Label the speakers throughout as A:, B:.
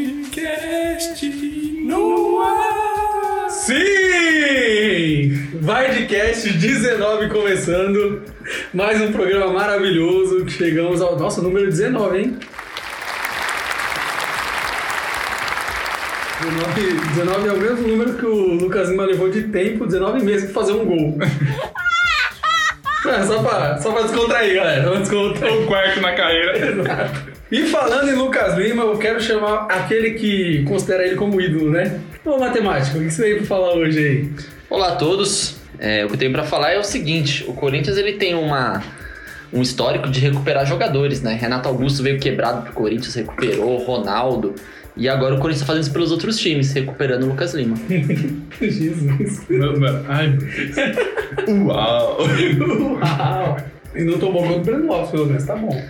A: Vardcast no ar!
B: Sim! Vardcast 19 começando. Mais um programa maravilhoso. que Chegamos ao nosso número 19, hein? 19, 19 é o mesmo número que o Lucas Lima levou de tempo, 19 meses, pra fazer um gol. É, só, pra, só pra descontrair, galera. Vamos descontrair.
A: O Um quarto na carreira.
B: E falando em Lucas Lima, eu quero chamar aquele que considera ele como ídolo, né? Ô, matemático, o que você veio pra falar hoje aí?
C: Olá a todos. É, o que eu tenho pra falar é o seguinte: o Corinthians ele tem uma um histórico de recuperar jogadores, né? Renato Augusto veio quebrado pro Corinthians, recuperou Ronaldo e agora o Corinthians tá fazendo isso pelos outros times, recuperando o Lucas Lima.
B: Jesus.
A: Ai, uau!
B: Uau. E não tomou gol do Breno Lopes, pelo menos, tá bom.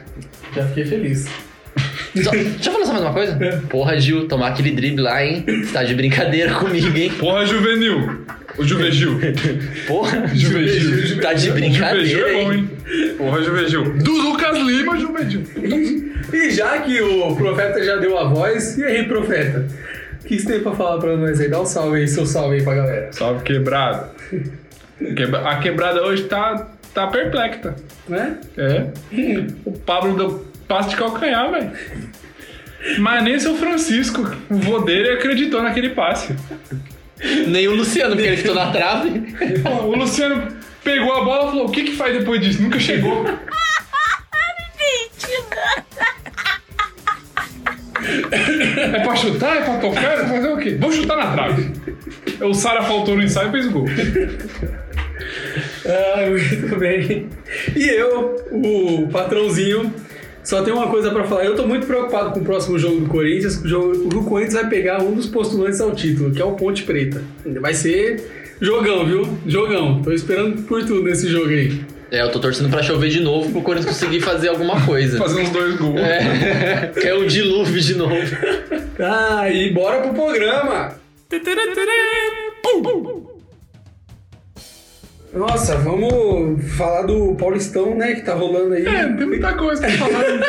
B: Já fiquei feliz.
C: Só, deixa eu falar só mais uma coisa.
A: É.
C: Porra, Gil, tomar aquele drible lá, hein? Você tá de brincadeira comigo, hein?
A: Porra, juvenil! O Juvegil.
C: Porra,
A: Juvegil.
C: tá de
A: Juvegil
C: brincadeira,
A: é bom,
C: hein?
A: hein? Porra, Juvegil. Do Lucas Lima, Juvegil.
B: E já que o profeta já deu a voz, e aí, profeta? O que você tem pra falar pra nós aí? Dá um salve aí, seu salve aí pra galera.
A: Salve, quebrado. Quebra- A quebrada hoje tá, tá perplexa.
B: Né?
A: É. O Pablo deu passo de calcanhar, velho. Mas nem seu Francisco, o vô dele, acreditou naquele passe.
C: Nem o Luciano, porque ele ficou na trave.
A: O Luciano pegou a bola e falou: o que, que faz depois disso? Nunca chegou. É pra chutar? É pra tocar? É pra fazer o quê? Vou chutar na trave. O Sara faltou no ensaio e fez o gol.
B: Ah, muito bem. E eu, o patrãozinho, só tenho uma coisa pra falar. Eu tô muito preocupado com o próximo jogo do Corinthians. O, jogo, o Corinthians vai pegar um dos postulantes ao título, que é o Ponte Preta. Vai ser jogão, viu? Jogão. Tô esperando por tudo nesse jogo aí.
C: É, eu tô torcendo pra chover de novo pro Corinthians conseguir fazer alguma coisa.
A: Fazer uns dois gols.
C: É, que é um dilúvio de novo.
B: Ah, e bora pro programa! Nossa, vamos falar do Paulistão, né? Que tá rolando aí.
A: É, tem muita coisa pra falar.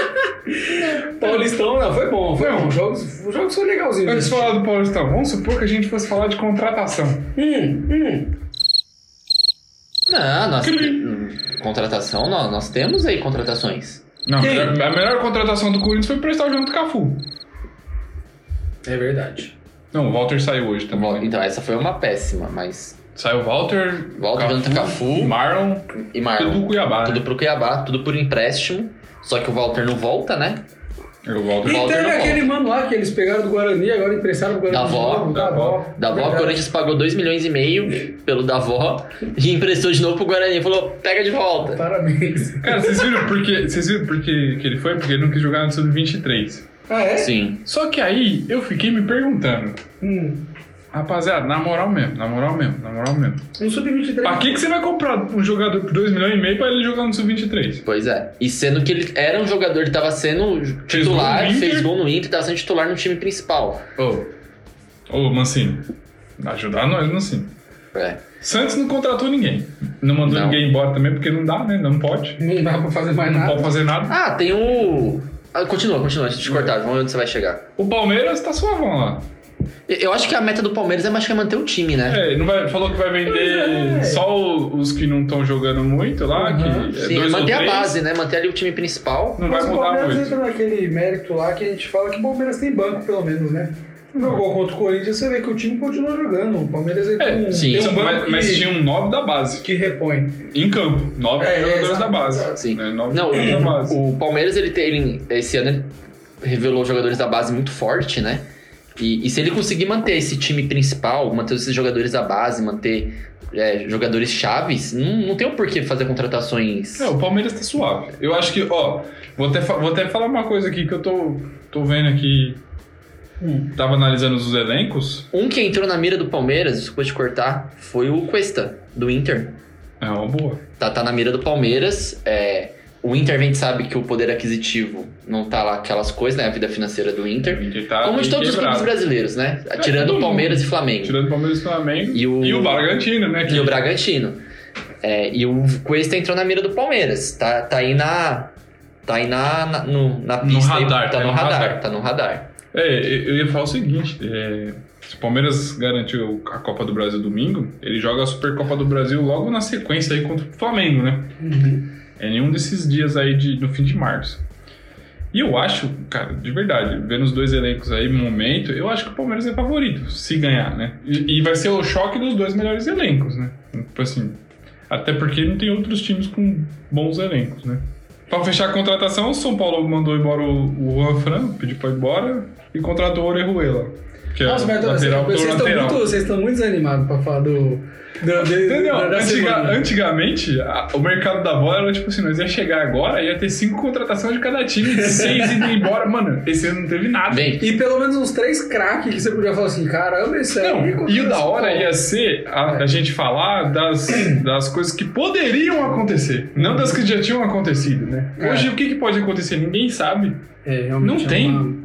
B: Paulistão, não, foi bom, foi bom. Os jogos, os jogos foram legalzinhos.
A: Antes de falar do Paulistão, vamos supor que a gente fosse falar de contratação.
B: Hum, hum.
C: Não, nós, hum, contratação, nós, nós temos aí contratações.
A: Não, a
B: Quem?
A: melhor, a melhor contratação do Corinthians foi prestar o jogo do Cafu.
B: É verdade.
A: Não, o Walter saiu hoje também.
C: Bom, Então, essa foi uma péssima, mas.
A: Saiu o Walter,
C: Walter, Jonathan Cafu.
A: Marlon,
C: E
A: tudo
C: Marlon?
A: do Cuiabá. né?
C: Tudo pro Cuiabá, tudo por empréstimo. Só que o Walter não volta, né?
A: O Walter.
B: E
C: Walter
B: teve
C: não
B: aquele mano lá que eles pegaram do Guarani, agora emprestaram pro Guarani.
C: Da vó.
B: Novo, Da
A: Da
B: avó.
C: Da Vó, o Corinthians pagou 2 milhões e meio pelo da Vó e emprestou de novo pro Guarani. Falou, pega de volta.
B: Parabéns.
A: Cara, vocês viram porque, vocês viram porque que ele foi? Porque ele não quis jogar no Sub-23.
B: Ah, é?
C: Sim.
A: Só que aí eu fiquei me perguntando.
B: Hum.
A: Rapaziada, na moral mesmo, na moral mesmo, na moral mesmo.
B: Um sub-23.
A: Pra que, que você vai comprar um jogador por 2 milhões e meio pra ele jogar no Sub-23?
C: Pois é. E sendo que ele era um jogador que tava sendo titular,
A: gol no
C: fez
A: Inter.
C: gol, no Inter, tava sendo titular no time principal.
A: Ô, Mancini, ajudar nós, Mancini.
C: É.
A: Santos não contratou ninguém. Não mandou
C: Não.
A: ninguém embora também porque não dá, né? Não pode.
B: Não dá pra fazer mais
A: Não
B: nada.
A: pode fazer nada.
C: Ah, tem o. Ah, continua, continua,
A: Uhum.
C: deixa eu te cortar, vamos ver onde você vai chegar.
A: O Palmeiras tá suavão lá.
C: Eu- Eu acho que a meta do Palmeiras é mais que é manter o time, né?
A: É, não vai, falou que vai vender
B: Pois é.
A: só o- os que não estão jogando muito lá,
B: Uhum.
A: que é
C: Sim, é
A: dois ou
C: manter a
A: três,
C: base, né? Manter ali o time principal.
A: Não vai
B: Mas o
A: mudar
B: Palmeiras
A: muito.
B: entra naquele mérito lá que a gente fala que o Palmeiras tem banco, pelo menos, né? Jogou contra o Corinthians, você vê que o time continua jogando. O Palmeiras ele
A: É,
B: tem um,
C: sim.
B: tem um banco
A: mas, mas
B: que,
A: tinha um nove da base.
B: que repõe.
A: Em campo. Nove
B: É, é,
A: jogadores
B: exato,
A: da base.
C: Sim.
A: Né? Nove
C: Não,
A: jogadores da base.
C: o, o Palmeiras, ele tem. Ele, esse ano ele revelou jogadores da base muito forte, né? E, e se ele conseguir manter esse time principal, manter esses jogadores da base, manter é, jogadores chaves, não, não tem o porquê fazer contratações.
A: É, o Palmeiras tá suave. Eu acho que, ó, vou até, fa- vou até falar uma coisa aqui que eu tô, tô vendo aqui. Hum, Tava analisando os elencos.
C: Um que entrou na mira do Palmeiras, desculpa te cortar, foi o Cuesta, do Inter.
A: É uma boa.
C: tá, tá na mira do Palmeiras. É, o Inter, a gente sabe que o poder aquisitivo não tá lá aquelas coisas, né? A vida financeira do Inter.
A: Ele tá
C: Como de todos os
A: quebrado.
C: clubes brasileiros, né?
A: É,
C: Tirando
A: todo
C: o Palmeiras
A: mundo.
C: e Flamengo.
A: Tirando o Palmeiras e o Flamengo.
C: E o-
A: E o Bragantino, né?
C: E o Bragantino. É, e o Cuesta entrou na mira do Palmeiras. Tá, tá aí na. Tá aí na, na, no, na
A: No
C: pista. aí,
A: radar,
C: tá
A: tá
C: no
A: no
C: radar,
A: radar.
C: Tá no radar.
A: É, eu eu ia falar o seguinte: é, se o Palmeiras garantiu a Copa do Brasil domingo, ele joga a Supercopa do Brasil logo na sequência aí contra o Flamengo, né? É nenhum desses dias aí de, no fim de março. E eu acho, cara, de verdade, vendo os dois elencos aí no momento, eu acho que o Palmeiras é favorito, se ganhar, né? E, e vai ser o choque dos dois melhores elencos, né? Tipo assim, até porque não tem outros times com bons elencos, né? Pra fechar a contratação, o São Paulo mandou embora o, o Juan Fran, pediu pra ir embora, e contratou o Orejuela. Que é
B: Nossa, mas
A: lateral, pro
B: vocês estão
A: lateral.
B: muito, vocês estão muito desanimados pra falar do. da- de-
A: Entendeu?
B: da- da
A: Antiga-
B: semana.
A: antigamente, a- o mercado da bola era tipo assim, nós ia chegar agora, ia ter cinco contratações de cada time, seis indo embora. Mano, esse ano não teve nada.
C: Vem.
B: E pelo menos uns três craques que você podia falar assim: caramba, esse aí.
A: Não, e o da hora é ia ser a, a gente falar das, das coisas que poderiam acontecer, não das que já tinham acontecido, né?
B: É.
A: Hoje, o que, que pode acontecer? Ninguém sabe.
B: É, realmente
A: Não
B: é
A: tem.
B: uma-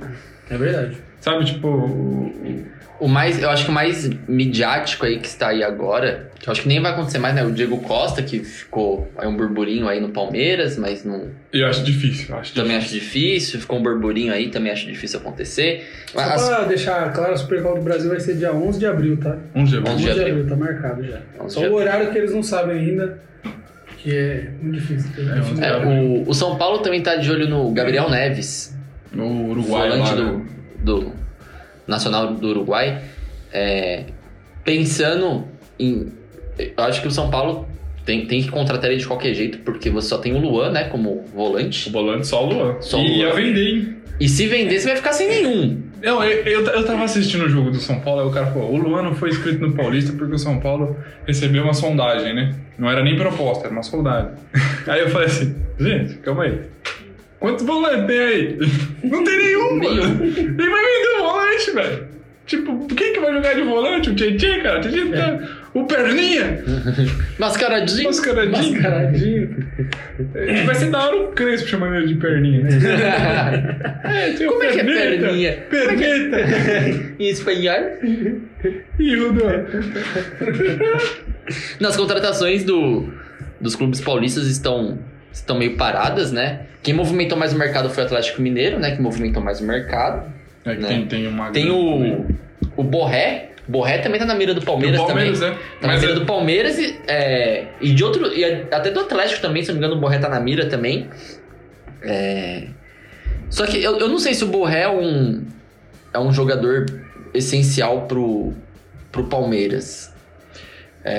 B: É verdade.
A: Sabe, tipo, o-
C: O mais, eu acho que o mais midiático aí que está aí agora, que eu acho que nem vai acontecer mais, né? O Diego Costa, que ficou aí um burburinho aí no Palmeiras, mas não,
A: eu acho difícil. eu Acho
C: também acho difícil, ficou um burburinho aí, também acho difícil acontecer.
B: Só
C: Mas
B: pra deixar claro, a Supercopa do Brasil vai ser dia 11 de abril, tá?
A: Um dia, bom.
C: 11 de
B: 11 de
C: abril.
B: abril, tá marcado já.
C: 11
B: Só
C: de
B: o horário que eles não sabem ainda, que é muito difícil.
A: É, 11 de
C: é,
A: abril.
C: o, o São Paulo também tá de olho no Gabriel Neves,
A: O
C: o
A: Uruguai
C: volante
A: lá, né?
C: do, do Nacional do Uruguai. É, pensando em. Eu acho que o São Paulo tem, tem que contratar ele de qualquer jeito, porque você só tem o Luan, né, como
A: O
C: volante.
A: volante só o Luan.
C: Só o
A: e ia
C: Luan.
A: vender, hein?
C: E se vender, você vai ficar sem nenhum.
A: Não, eu, eu, eu tava assistindo o jogo do São Paulo, aí o cara falou, o Luan não foi inscrito no Paulista porque o São Paulo recebeu uma sondagem, né? Não era nem proposta, era uma sondagem. Aí eu falei assim, gente, calma aí. Quantos volantes tem aí? Não tem nenhum, mano. Ele vai vender um volante, velho. Tipo, quem que vai jogar de volante? O Tietchan, cara? O Tietchan
C: É.
A: tá... O Perninha?
C: Mascaradinho.
A: Os caradinhos?
B: Mascaradinho.
A: Vai ser da hora o Crespo chamando ele de Perninha, né? É, tem o
C: Como é que é Perninha?
A: Perneta.
C: em espanhol.
A: Ih, Rodolfo.
C: Nas contratações do, dos clubes paulistas estão, estão meio paradas, né? Quem movimentou mais o mercado foi o Atlético Mineiro, né? Que movimentou mais o mercado.
A: É que
C: Né?
A: tem, tem uma
C: Tem
A: grana também.
C: o, o Borré. O Borré também tá na mira do Palmeiras,
A: do Palmeiras,
C: também.
A: né?
C: Tá na
A: Mas
C: mira
A: é-
C: do Palmeiras e, é, e de outro. E até do Atlético também, se não me engano, o Borré tá na mira também. É, Só que eu, eu não sei se o Borré é um, é um jogador essencial pro, pro Palmeiras.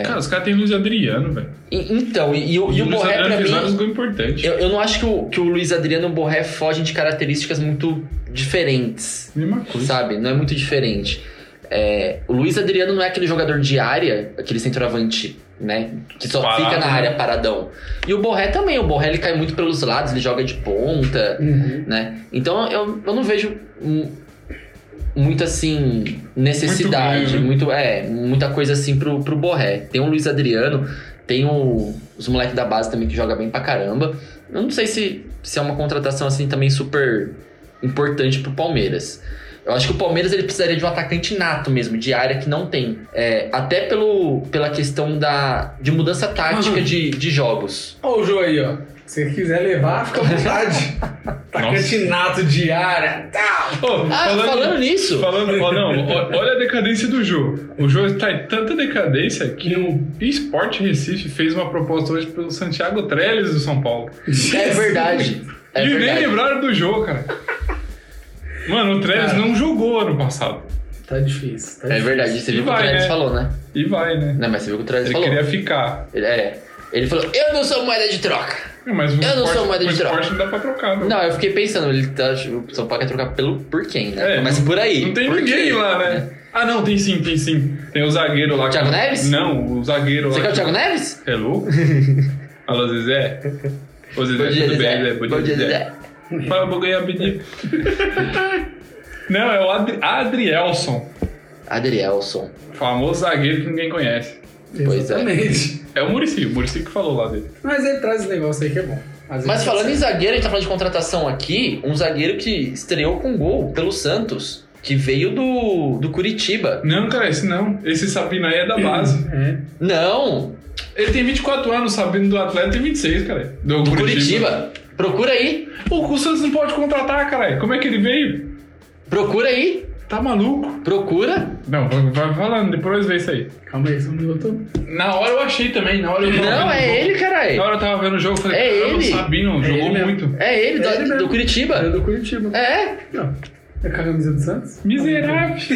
A: Cara, os caras têm Luiz Adriano, velho.
C: E- Então, e, e o, e o
A: Luiz
C: Borré
A: Adriano
C: pra
A: fez vários
C: mim.
A: gols importantes.
C: Eu, eu não acho que o, que o Luiz Adriano e o Borré fogem de características muito diferentes,
A: Mesma coisa.
C: sabe? Não é muito diferente. É, o Luiz Adriano não é aquele jogador de área, aquele centroavante, né? Que só
A: Parado,
C: fica na
A: né?
C: área paradão. E o Borré também. O Borré ele cai muito pelos lados, ele joga de ponta, né? Então eu, eu não vejo hum, muito assim necessidade,
A: ganho, né?
C: muito, é, muita coisa assim pro, pro Borré. Tem o Luiz Adriano, tem o- os moleques da base também que joga bem pra caramba. Eu não sei se, se é uma contratação assim também super importante pro Palmeiras. Eu acho que o Palmeiras ele precisaria de um atacante nato mesmo, de área que não tem. É, até pelo, pela questão da, de mudança tática de, de jogos.
B: Olha o Jô aí, ó. Se você quiser levar, fica à vontade. Atacante nato de área. Tá.
A: Ô,
C: Tá Ah, falando, nisso,
A: Falando, ó, não, ó, olha a decadência do Jô. O Jô tá em tanta decadência que o Sport Recife fez uma proposta hoje pelo Santiago Trellis do São Paulo.
C: é verdade. É
A: e
C: verdade.
A: nem lembraram do Jô, cara. Mano, o Trellis
B: Cara.
A: não jogou ano passado.
B: Tá difícil. Tá
C: É
B: difícil.
C: verdade, você viu o que o
A: Vai,
C: Travis
A: né?
C: falou, né?
A: E vai, né?
C: Não, mas você viu o que o Travis
A: Ele
C: falou.
A: queria ficar.
C: Ele, é. Ele falou, eu não sou moeda de troca.
A: Mas o
C: Eu não
A: Sport-
C: sou moeda de
A: o
C: troca.
A: Sport não dá pra trocar, não.
C: Não, eu fiquei pensando, ele tá. O São Paulo quer trocar pelo por quem, né?
A: É,
C: mas por aí.
A: Não tem
C: por
A: ninguém
C: quem?
A: lá, né? Ah, não, tem sim, tem sim. Tem o zagueiro lá.
C: Thiago
A: que-
C: Neves?
A: Não, o zagueiro
C: Você
A: lá.
C: quer o
A: que-
C: Thiago Neves?
A: É louco? Alô, Zezé? Ô, Zezé,
C: Bom dia,
A: tudo
C: Zezé.
A: bem, Zezé?
C: Bom dia, Zezé.
A: Fala, vou ganhar pedido. Não, é o Adri Adrielson,
C: Adrielson.
A: famoso zagueiro que ninguém conhece.
C: Pois é.
B: Exatamente.
A: É o Murici, o Murici que falou lá dele.
B: Mas ele traz esse negócio aí que é bom. Às
C: Mas
B: vezes-
C: falando em zagueiro, a gente tá falando de contratação aqui, um zagueiro que estreou com gol pelo Santos, que veio do, do Curitiba.
A: Não, cara, esse não. Esse Sabino aí é da base.
B: É.
C: Não,
A: Ele tem 24 anos, Sabino do Atlético tem 26, cara. Do,
C: do Curitiba. Procura aí.
A: O, o Santos não pode contratar, cara. Como é que ele veio?
C: Procura aí,
A: Tá maluco?
C: procura.
A: Não, vai, vai falando, depois vê isso aí.
B: Calma aí, só um minuto.
A: Na hora eu achei também, na hora eu tava
C: Não,
A: vendo o
C: é
A: jogo.
C: ele,
A: Na
C: caralho.
A: hora eu tava vendo o jogo, eu falei,
C: É
A: caramba, o
C: ele.
A: Sabinho
B: É
A: jogou
B: ele mesmo.
A: muito.
C: É ele,
B: É ele
C: do,
B: mesmo.
C: do
B: É
C: Curitiba.
B: do Curitiba.
C: É,
B: Não. É com a camisa do Santos?
A: Miserável. Mas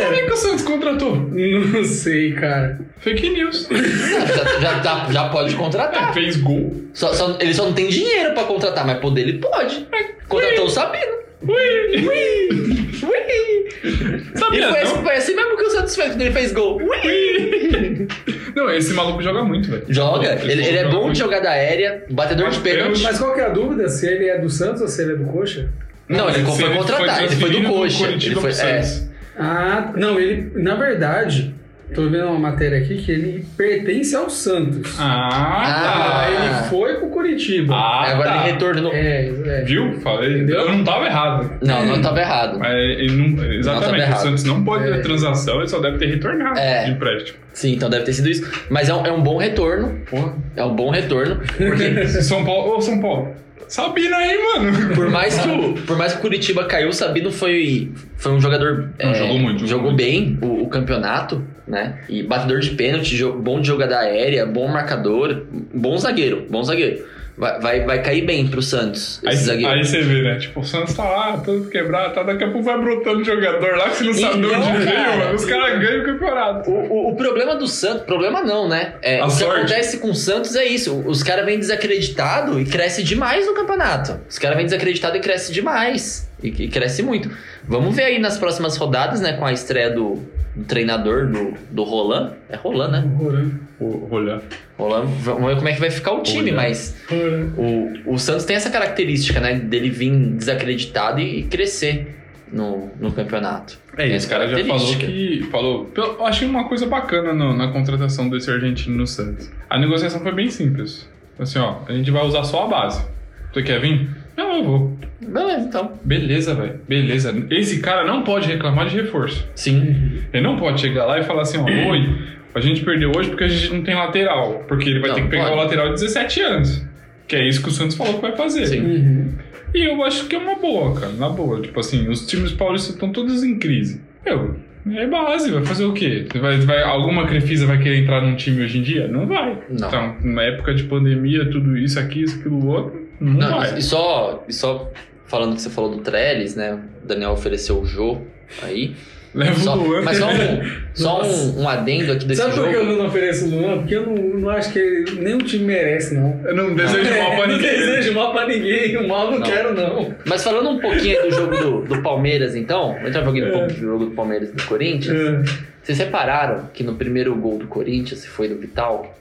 A: como é que o Santos contratou?
B: Não sei, cara.
A: Fake news.
C: já, já, já- já pode
A: É,
C: contratar.
A: fez gol.
C: Só- só- ele só não tem dinheiro pra contratar, mas poder ele pode. Contratou o Sabino.
A: Ui, ui.
C: Ui! E
A: Sabia,
C: foi assim,
A: não?
C: foi assim mesmo que o Santos fez quando ele fez gol. Ui!
A: Não, esse maluco joga muito, velho.
C: Joga,
A: Esse
C: ele,
A: maluco
C: ele é
A: joga
C: bom de
A: muito.
C: jogada aérea, batedor de
A: Mas pênalti.
C: pênalti.
B: Mas qual que é a dúvida? Se ele é do Santos ou se ele é do Coxa?
C: Não, ele
A: Se
C: foi contratado, ele foi do
A: transferido
C: Coxa.
A: Curitiba
C: Ele foi,
A: pro
C: é,
A: Santos.
B: Ah, não, ele, na verdade, tô vendo uma matéria aqui que ele pertence ao Santos.
A: Ah, tá.
C: Ah.
B: ele foi pro Curitiba.
A: Ah,
C: agora
A: tá.
C: ele retornou.
B: É, é.
A: Viu? Falei. Eu não tava errado.
C: Não, não tava errado.
A: Mas ele não-
C: tava
A: exatamente, o
C: errado.
A: Santos não pode
B: É.
A: ter transação, ele só deve ter retornado
C: É.
A: de empréstimo.
C: Sim, então deve ter sido isso. Mas é um, é um bom retorno.
A: Porra.
C: É um bom retorno. Porque
A: São Paulo, ô São Paulo, Sabina aí, mano.
C: por mais que o, por mais que o Curitiba caiu, o Sabino foi, foi um jogador.
A: Não, jogou muito, jogou
C: Jogou
A: muito.
C: bem o, o campeonato, né? E batedor de pênalti, jo- bom de jogada aérea, bom marcador, bom zagueiro, bom zagueiro. Vai, vai, vai cair bem pro Santos,
A: Aí,
C: esse zagueiro.
A: aí você vê, né? Tipo, o Santos tá lá, todo quebrado, tá, daqui a pouco vai brotando jogador lá que você não sabe de
C: Então,
A: onde veio,
C: cara.
A: mano. Os caras ganham o campeonato.
C: O, o- o problema do Santos, problema não, né? É,
A: A
C: o que
A: sorte.
C: acontece com o Santos é isso. Os caras vêm desacreditado e cresce demais no campeonato. Os caras vêm desacreditado e cresce demais. E, e cresce muito. Vamos ver aí nas próximas rodadas, né? Com a estreia do, do treinador do, do Roland. É Roland, né?
B: Roran,
A: Vou olhar.
C: Roland, v- vamos ver como é que vai ficar o time,
A: Olha.
C: mas
B: Roran.
C: o, o Santos tem essa característica, né? Dele vir desacreditado e, e crescer no, no campeonato.
A: É, esse
C: Essa
A: cara já falou
C: característica.
A: que. Falou. Eu achei uma coisa bacana no- na contratação desse argentino no Santos. A negociação foi bem simples. Assim, ó, a gente vai usar só a base. Você quer vir? Não, eu vou.
C: Beleza, então.
A: Beleza, velho. Beleza. Esse cara não pode reclamar de reforço.
C: Sim.
A: Ele não pode chegar lá e falar assim, ó, oi, a gente perdeu hoje porque a gente não tem lateral. Porque ele vai
C: Não,
A: ter que pegar
C: pode.
A: o lateral de 17 anos. Que é isso que o Santos falou que vai fazer.
C: Sim.
B: Uhum.
A: E eu acho que é uma boa, cara, na boa. Tipo assim, os times paulistas estão todos em crise. Meu, é base, vai fazer o quê? Você Vai, vai, alguma Crefisa vai querer entrar num time hoje em dia? Não vai.
C: Não.
A: Então, na época de pandemia, tudo isso aqui, isso, aquilo, outro, não,
C: Não,
A: vai.
C: e só, e só falando que você falou do Trellis, né? O Daniel ofereceu o Jô aí.
B: É
A: Leva
C: Só-
A: o Luan.
C: mas só um, só um, um adendo aqui desse
B: Sabe por
C: jogo.
B: que eu não ofereço o Luan? Porque eu não, não acho que ele- nenhum time merece, não.
A: Eu não desejo mal pra
B: Não
A: ninguém. né?
B: desejo mal pra ninguém. O mal não,
C: Não.
B: quero, não.
C: Mas falando um pouquinho do jogo do, do Palmeiras, então, vou entrar um pouquinho um pouco do jogo do Palmeiras e do Corinthians.
B: É.
C: Vocês repararam que no primeiro gol do Corinthians, se foi do Vital,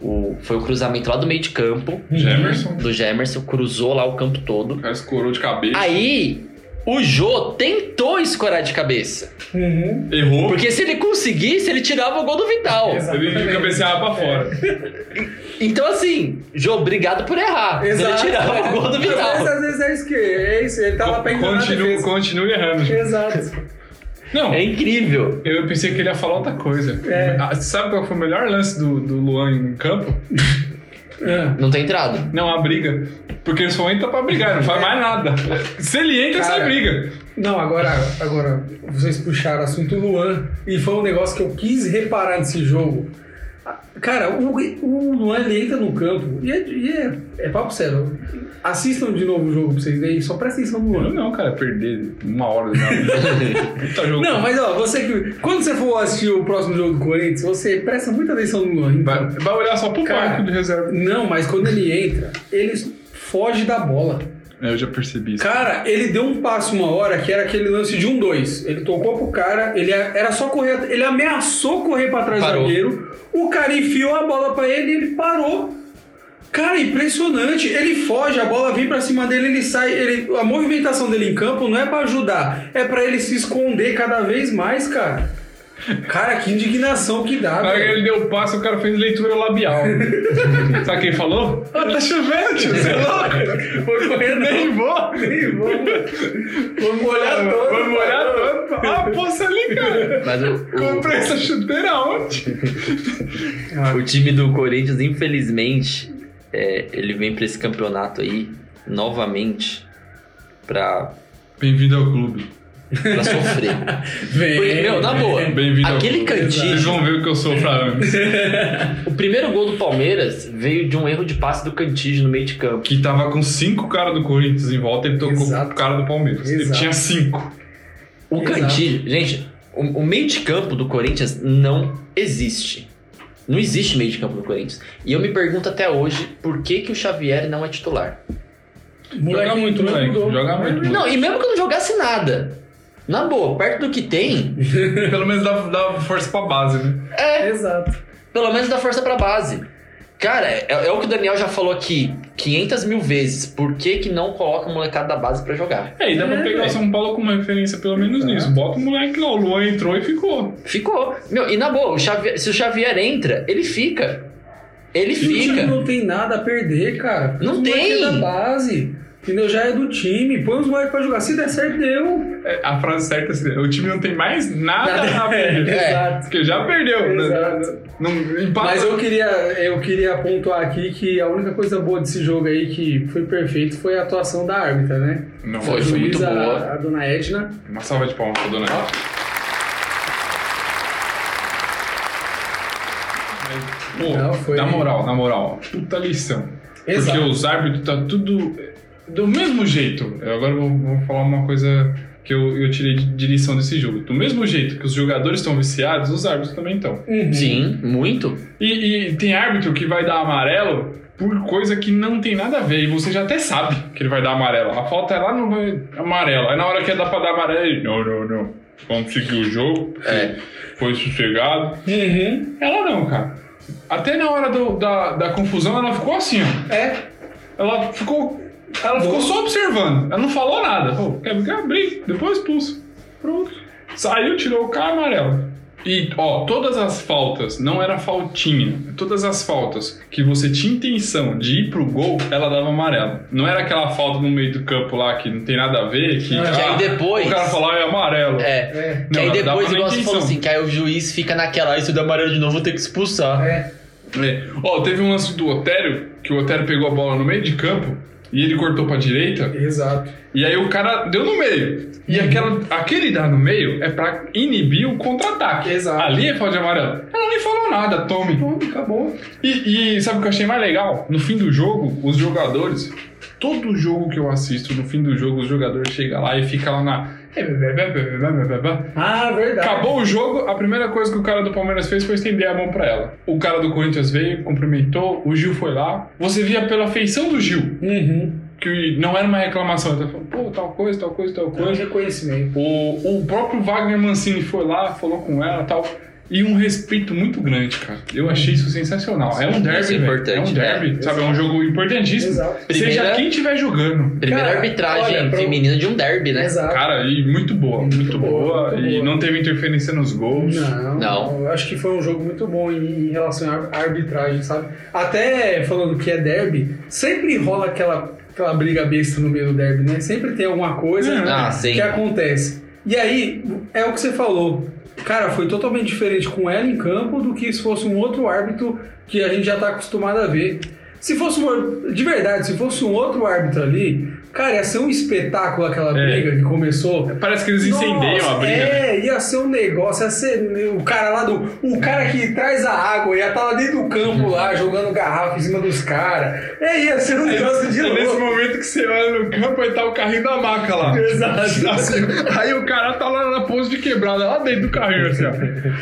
C: o, foi o cruzamento lá do meio de campo,
A: Jamerson,
C: do Gemerson, cruzou lá o campo todo.
A: o cara escorou de cabeça,
C: Aí, o Jô tentou escorar de cabeça.
B: Uhum.
A: errou,
C: Porque se ele conseguisse, ele tirava o gol do Vital.
A: ele cabeceava pra fora.
B: É.
C: Então, assim, Jô, obrigado por errar. Ele tirava o gol do
B: Mas
C: Vital.
B: às vezes é isso que é isso. Ele tá lá pra enganar a
A: Continua,
B: defesa.
A: continua errando.
B: Exato.
A: Não,
C: É incrível.
A: Eu pensei que ele ia falar outra coisa.
B: É.
A: Ah, Sabe qual foi o melhor lance do, do Luan em campo?
B: É.
C: Não tem entrado.
A: Não, a briga. Porque ele só entra pra brigar, não faz mais nada. Se ele entra,
B: Cara.
A: sai briga.
B: Não, agora, agora vocês puxaram o assunto Luan e foi um negócio que eu quis reparar nesse jogo. Cara, o, o Luan ele entra no campo e, é, e é, é papo sério. Assistam de novo o jogo pra vocês verem, só presta atenção no
A: Eu
B: Luan.
A: não, cara, perder uma hora da minha vida. Tá Puta jogo.
B: Não, mas ó, você que. Quando você for assistir o próximo jogo do Corinthians, você presta muita atenção no Luan.
A: Vai, vai olhar só pro
B: Cara.
A: banco de reserva.
B: Não, mas quando ele entra, ele foge da bola.
A: É, Eu já percebi isso.
B: Cara, ele deu um passo uma hora que era aquele lance de um dois. Ele tocou pro cara, ele a- era só correr, ele ameaçou correr pra trás do
C: Parou.
B: zagueiro. O cara enfiou a bola pra ele e ele parou. Cara, impressionante. Ele foge, a bola vem pra cima dele, ele sai. Ele, a movimentação dele em campo não é pra ajudar, é pra ele se esconder cada vez mais, cara. Cara, que indignação que dá,
A: Na hora que
B: velho.
A: ele deu o passo, o cara fez leitura labial. Sabe quem falou? Ah, tá chovendo, tio, você é louco?
B: Foi correndo.
A: Nem vou.
B: Ih, Vamos vamos molhar todo.
A: É, Vamos olhar tanto. Ah, poça ali, cara.
C: Mas o,
A: Comprei
C: o,
A: essa chuteira ontem.
C: o time do Corinthians, infelizmente, é, ele vem pra esse campeonato aí novamente pra
A: Bem-vindo ao clube.
C: pra sofrer.
B: Vem.
C: Porque, meu, na boa,
A: Bem-vindo ao
C: aquele
A: clube. Vocês
C: cantígio,
A: vão ver o que eu sou pra antes.
C: o primeiro gol do Palmeiras veio de um erro de passe do cantígio no meio de campo.
A: Que tava com cinco caras do Corinthians em volta, ele tocou
B: Exato.
A: com o cara do Palmeiras. Ele
B: Exato.
A: tinha cinco.
C: O
B: Exato.
C: Cantilho, gente, o, o meio de campo do Corinthians não existe. Não existe meio de campo do Corinthians. E eu me pergunto até hoje por que, que o Xavier não é titular.
A: Joga muito,
B: entrou e
A: moleque.
B: mudou.
A: Joga muito.
C: Não, e mesmo que eu não jogasse nada, na boa, perto do que tem,
A: Pelo menos dá, dá força pra base, né?
B: É. Exato.
C: pelo menos dá força pra base. Cara, é, é o que o Daniel já falou aqui 500 mil vezes. Por que, que não coloca o molecado da base pra jogar?
A: É, e dá pra
B: É,
A: pegar
B: velho.
A: o São Paulo como referência, pelo menos
B: Exato.
A: nisso. Bota o moleque lá, o Luan entrou e ficou.
C: Ficou. Meu, e na boa, o Xavier- se o Xavier entra, ele fica. Ele
B: E o time
C: fica.
B: não tem nada a perder, cara.
C: Não
B: Os moleque
C: tem.
B: é da base. Entendeu? Já é do time. Põe os moleques pra jogar. Se der certo, deu.
A: É, A frase certa é assim, o time não tem mais
C: Ah,
A: nada a perder.
C: É.
B: Exato.
A: Porque já perdeu. né?
B: Exato.
A: Não, empata.
B: Mas eu queria, eu queria pontuar aqui que a única coisa boa desse jogo aí que foi perfeito foi a atuação da árbitra, né?
A: Não,
C: Foi,
B: a
C: foi muito
B: juíza,
C: boa.
B: A dona Edna.
A: Uma salva de palmas pra dona Eva. Mas, Pô,
B: Não, foi-
A: na moral, na moral, puta lição.
B: Exato.
A: Porque os árbitros tá tudo do mesmo jeito. Eu agora vou, vou falar uma coisa que eu, eu tirei de, de lição desse jogo. Do mesmo jeito que os jogadores estão viciados, os árbitros também estão.
B: Uhum.
C: Sim, muito.
A: E, e tem árbitro que vai dar amarelo por coisa que não tem nada a ver. E você já até sabe que ele vai dar amarelo. A falta é lá no amarelo. Aí na hora que é dar pra dar amarelo, ele. Não, não, não. Vamos seguir o jogo.
C: É.
A: Foi sossegado.
B: Uhum.
A: Ela não, cara. Até na hora do- da, da confusão, ela ficou assim, ó.
B: É.
A: Ela ficou. Ela ficou só observando. Ela não falou nada. Pô, quer brigar? Briga. Depois expulso. Pronto. Saiu, tirou o cara amarelo. E, ó, todas as faltas, não era faltinha. Todas as faltas que você tinha intenção de ir pro gol, ela dava amarelo. Não era aquela falta no meio do campo lá que não tem nada a ver, que,
B: Que
C: aí
A: ah,
C: depois-
A: o cara falou, é amarelo.
C: É.
B: É.
C: Que aí
A: ela dava
C: depois,
A: na
C: igual você
A: intenção.
C: falou assim, que aí o juiz fica naquela, isso deu amarelo de novo, vou ter que expulsar.
B: É.
C: assim.
A: É. Ó, teve um lance do Otério, que o Otério pegou a bola no meio de campo e ele cortou pra direita.
B: Exato.
A: E aí o cara deu no meio. E aquela, aquele dar no meio é pra inibir o contra-ataque.
B: Exato.
A: Ali é falta de amarelo. Ela nem falou nada, tome.
B: Pronto, acabou.
A: E, e sabe o que eu achei mais legal? No fim do jogo, os jogadores. Todo jogo que eu assisto, no fim do jogo, os jogadores chegam lá e fica lá na.
B: Ah, verdade.
A: Acabou o jogo, a primeira coisa que o cara do Palmeiras fez foi estender a mão pra ela. O cara do Corinthians veio, cumprimentou, o Gil foi lá. Você via pela feição do Gil,
B: Uhum.
A: que não era uma reclamação. Ele falou, pô, tal coisa, tal coisa, tal
B: Foi um
A: coisa.
B: reconhecimento.
A: O, o próprio Wagner Mancini foi lá, falou com ela e tal. E um respeito muito grande, cara. Eu achei isso sensacional. É um derby,
C: Isso é
A: velho.
C: importante,
A: É um derby,
B: né?
A: sabe? É um jogo importantíssimo.
B: Exato.
A: Seja
C: Primeira-
A: quem estiver jogando.
C: Primeira
B: Cara,
C: arbitragem
B: olha, pro-
C: feminina de um derby, né?
B: Exato.
A: Cara, e muito boa, muito,
B: Muito
A: boa.
B: boa, muito
A: e
B: boa.
A: não teve interferência nos gols.
B: Não,
C: Não.
B: Eu acho que foi um jogo muito bom em, em relação à ar- arbitragem, sabe? Até falando que é derby, sempre rola aquela, aquela briga besta no meio do derby, né? Sempre tem alguma coisa
A: Uhum.
C: Ah, sim.
B: que acontece. E aí, é o que você falou. Cara, foi totalmente diferente com ela em campo do que se fosse um outro árbitro que a gente já tá acostumado a ver. Se fosse um, ar- de verdade, se fosse um outro árbitro ali, cara, ia ser um espetáculo aquela
A: É.
B: briga que começou.
A: Parece que eles incendeiam
B: Nossa,
A: a briga. né?
B: É, ia ser um negócio, ia ser o cara lá do. O cara que traz a água, ia estar lá dentro do campo lá, jogando garrafa em cima dos caras. É, ia ser um negócio de
A: Uhum. É nesse
B: louco.
A: momento que você olha no campo e tá o carrinho da maca lá.
B: Exato.
A: Assim, aí o cara tá lá na pose de quebrada, lá dentro do carrinho, assim, ó.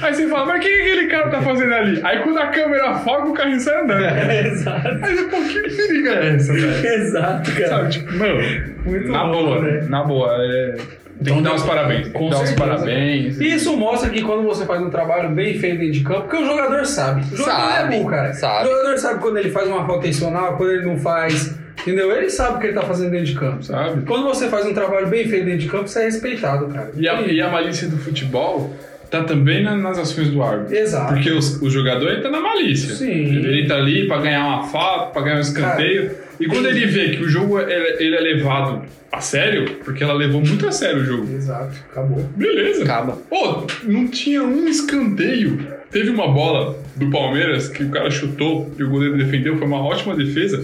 A: Aí você fala, mas o que que aquele cara tá fazendo ali? Aí quando a câmera afoga, o carrinho sai andando.
B: É. Exato,
A: Aí você, pô, que periga é essa, velho?
B: exato, cara.
A: Sabe, tipo, mano,
B: Muito
A: na
B: louco,
A: boa,
B: né? Então,
A: na boa, é... Tem que dar os parabéns, tem
B: Com
A: que dar os
B: certeza,
A: parabéns.
B: E isso mostra que quando você faz um trabalho bem feito dentro de campo, porque o jogador sabe. O jogador
C: Sabe,
B: é bom, cara.
C: sabe.
B: O jogador sabe quando ele faz uma falta intencional, quando ele não faz. Entendeu? Ele sabe o que ele tá fazendo dentro de campo. sabe?
A: Sabe?
B: Quando você faz um trabalho bem feito dentro de campo, você é respeitado, cara.
A: E a, e a malícia do futebol tá também na- nas ações do árbitro.
B: Exato.
A: Porque os- o jogador ele tá na malícia.
B: Sim.
A: Ele tá ali pra ganhar uma falta, pra ganhar um escanteio. e quando ele vê que o jogo é, ele é levado a sério, porque ela levou muito a sério o jogo.
B: Exato, acabou.
A: Beleza.
C: Acaba.
A: Pô, não tinha um escanteio. Teve uma bola do Palmeiras que o cara chutou e o
B: Uhum.
A: goleiro defendeu, foi uma ótima defesa,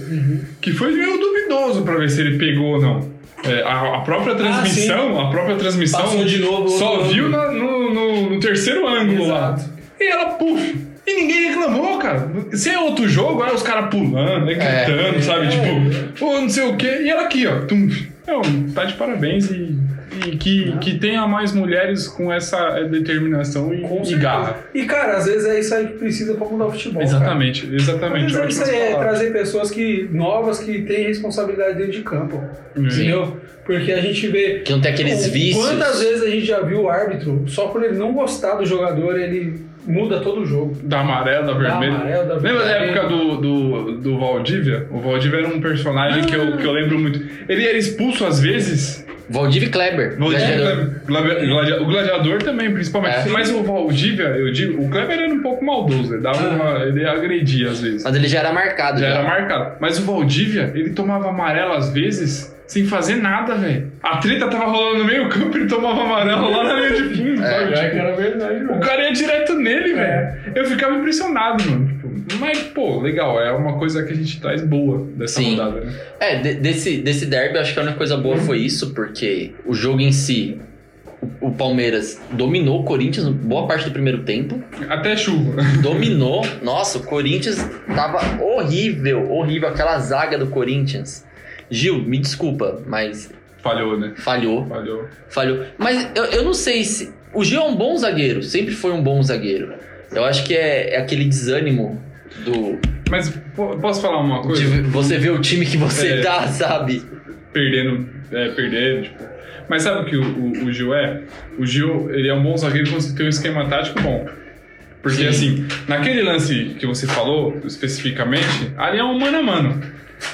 A: que foi meio duvidoso pra ver se ele pegou ou não. É, a, a própria transmissão, a própria transmissão
B: Ah, Passou de novo.
A: só
B: outro
A: viu
B: ângulo.
A: na- no, no- no terceiro ângulo
B: Exato.
A: lá. E ela, puf! E ninguém reclamou, cara. Se é outro jogo, aí os caras pulando, né,
B: É.
A: gritando, sabe? Tipo, ô, não sei o quê. E ela aqui, ó. Tum. Não, tá de parabéns e, e
B: Né?
A: que, que tenha mais mulheres com essa eh, determinação e,
B: Com
A: e
B: certeza.
A: garra.
B: E, cara, às vezes é isso aí que precisa pra mudar o futebol. cara.
A: Exatamente,
B: Às
A: exatamente.
B: vezes é isso
A: ótimas
B: aí, é
A: palavras.
B: trazer pessoas que, novas que têm responsabilidade dentro de campo.
A: É.
B: Entendeu? Porque a gente vê.
C: Que não tem aqueles
B: Pô,
C: vícios.
B: Quantas vezes a gente já viu o árbitro, só por ele não gostar do jogador, ele muda todo o jogo.
A: Da amarela, da vermelha.
B: amarela, da
A: Lembra da
B: vermelha.
A: época do, do, do Valdívia? O Valdívia era um personagem que,
B: Ah.
A: eu, que eu lembro muito. Ele era expulso às vezes.
C: Valdívia e Kleber.
A: Valdívia,
C: gladiador.
A: gladi- gladi- o gladiador também, principalmente.
C: É.
A: Mas o Valdívia, eu digo, o Kleber era um pouco maldoso. Ele,
B: Ah.
A: dava uma- ele agredia às vezes.
C: Mas ele já era marcado.
A: Já era marcado. Mas o Valdívia, ele tomava amarelo às vezes. Sem fazer nada, velho. A treta tava rolando no meio campo, ele tomava amarelo lá na linha de fundo, sabe? Tipo,
B: era verdade,
A: o cara ia direto nele,
B: É.
A: velho. Eu ficava impressionado, mano. Tipo, Mas, pô, legal, é uma coisa que a gente traz boa dessa
C: Sim.
A: rodada, né?
C: É, de- desse, desse derby, eu acho que a única coisa boa foi isso, porque o jogo em si, o, o Palmeiras dominou o Corinthians boa parte do primeiro tempo.
A: Até chuva.
C: Dominou. Nossa, o Corinthians tava horrível, horrível. Aquela zaga do Corinthians. Gil, me desculpa, mas
A: Falhou, né?
C: falhou,
A: Falhou.
C: falhou. Mas eu, eu não sei se. O Gil é um bom zagueiro, sempre foi um bom zagueiro. Eu acho que é, é aquele desânimo do.
A: Mas pô, posso falar uma coisa?
C: de você ver o time que você
A: É.
C: tá, sabe?
A: Perdendo, é, perdendo, tipo. Mas sabe o que o, o- o Gil é? O Gil, ele é um bom zagueiro quando você tem um esquema tático bom. Porque,
C: Sim.
A: assim, naquele lance que você falou, especificamente, ali é um mano a mano.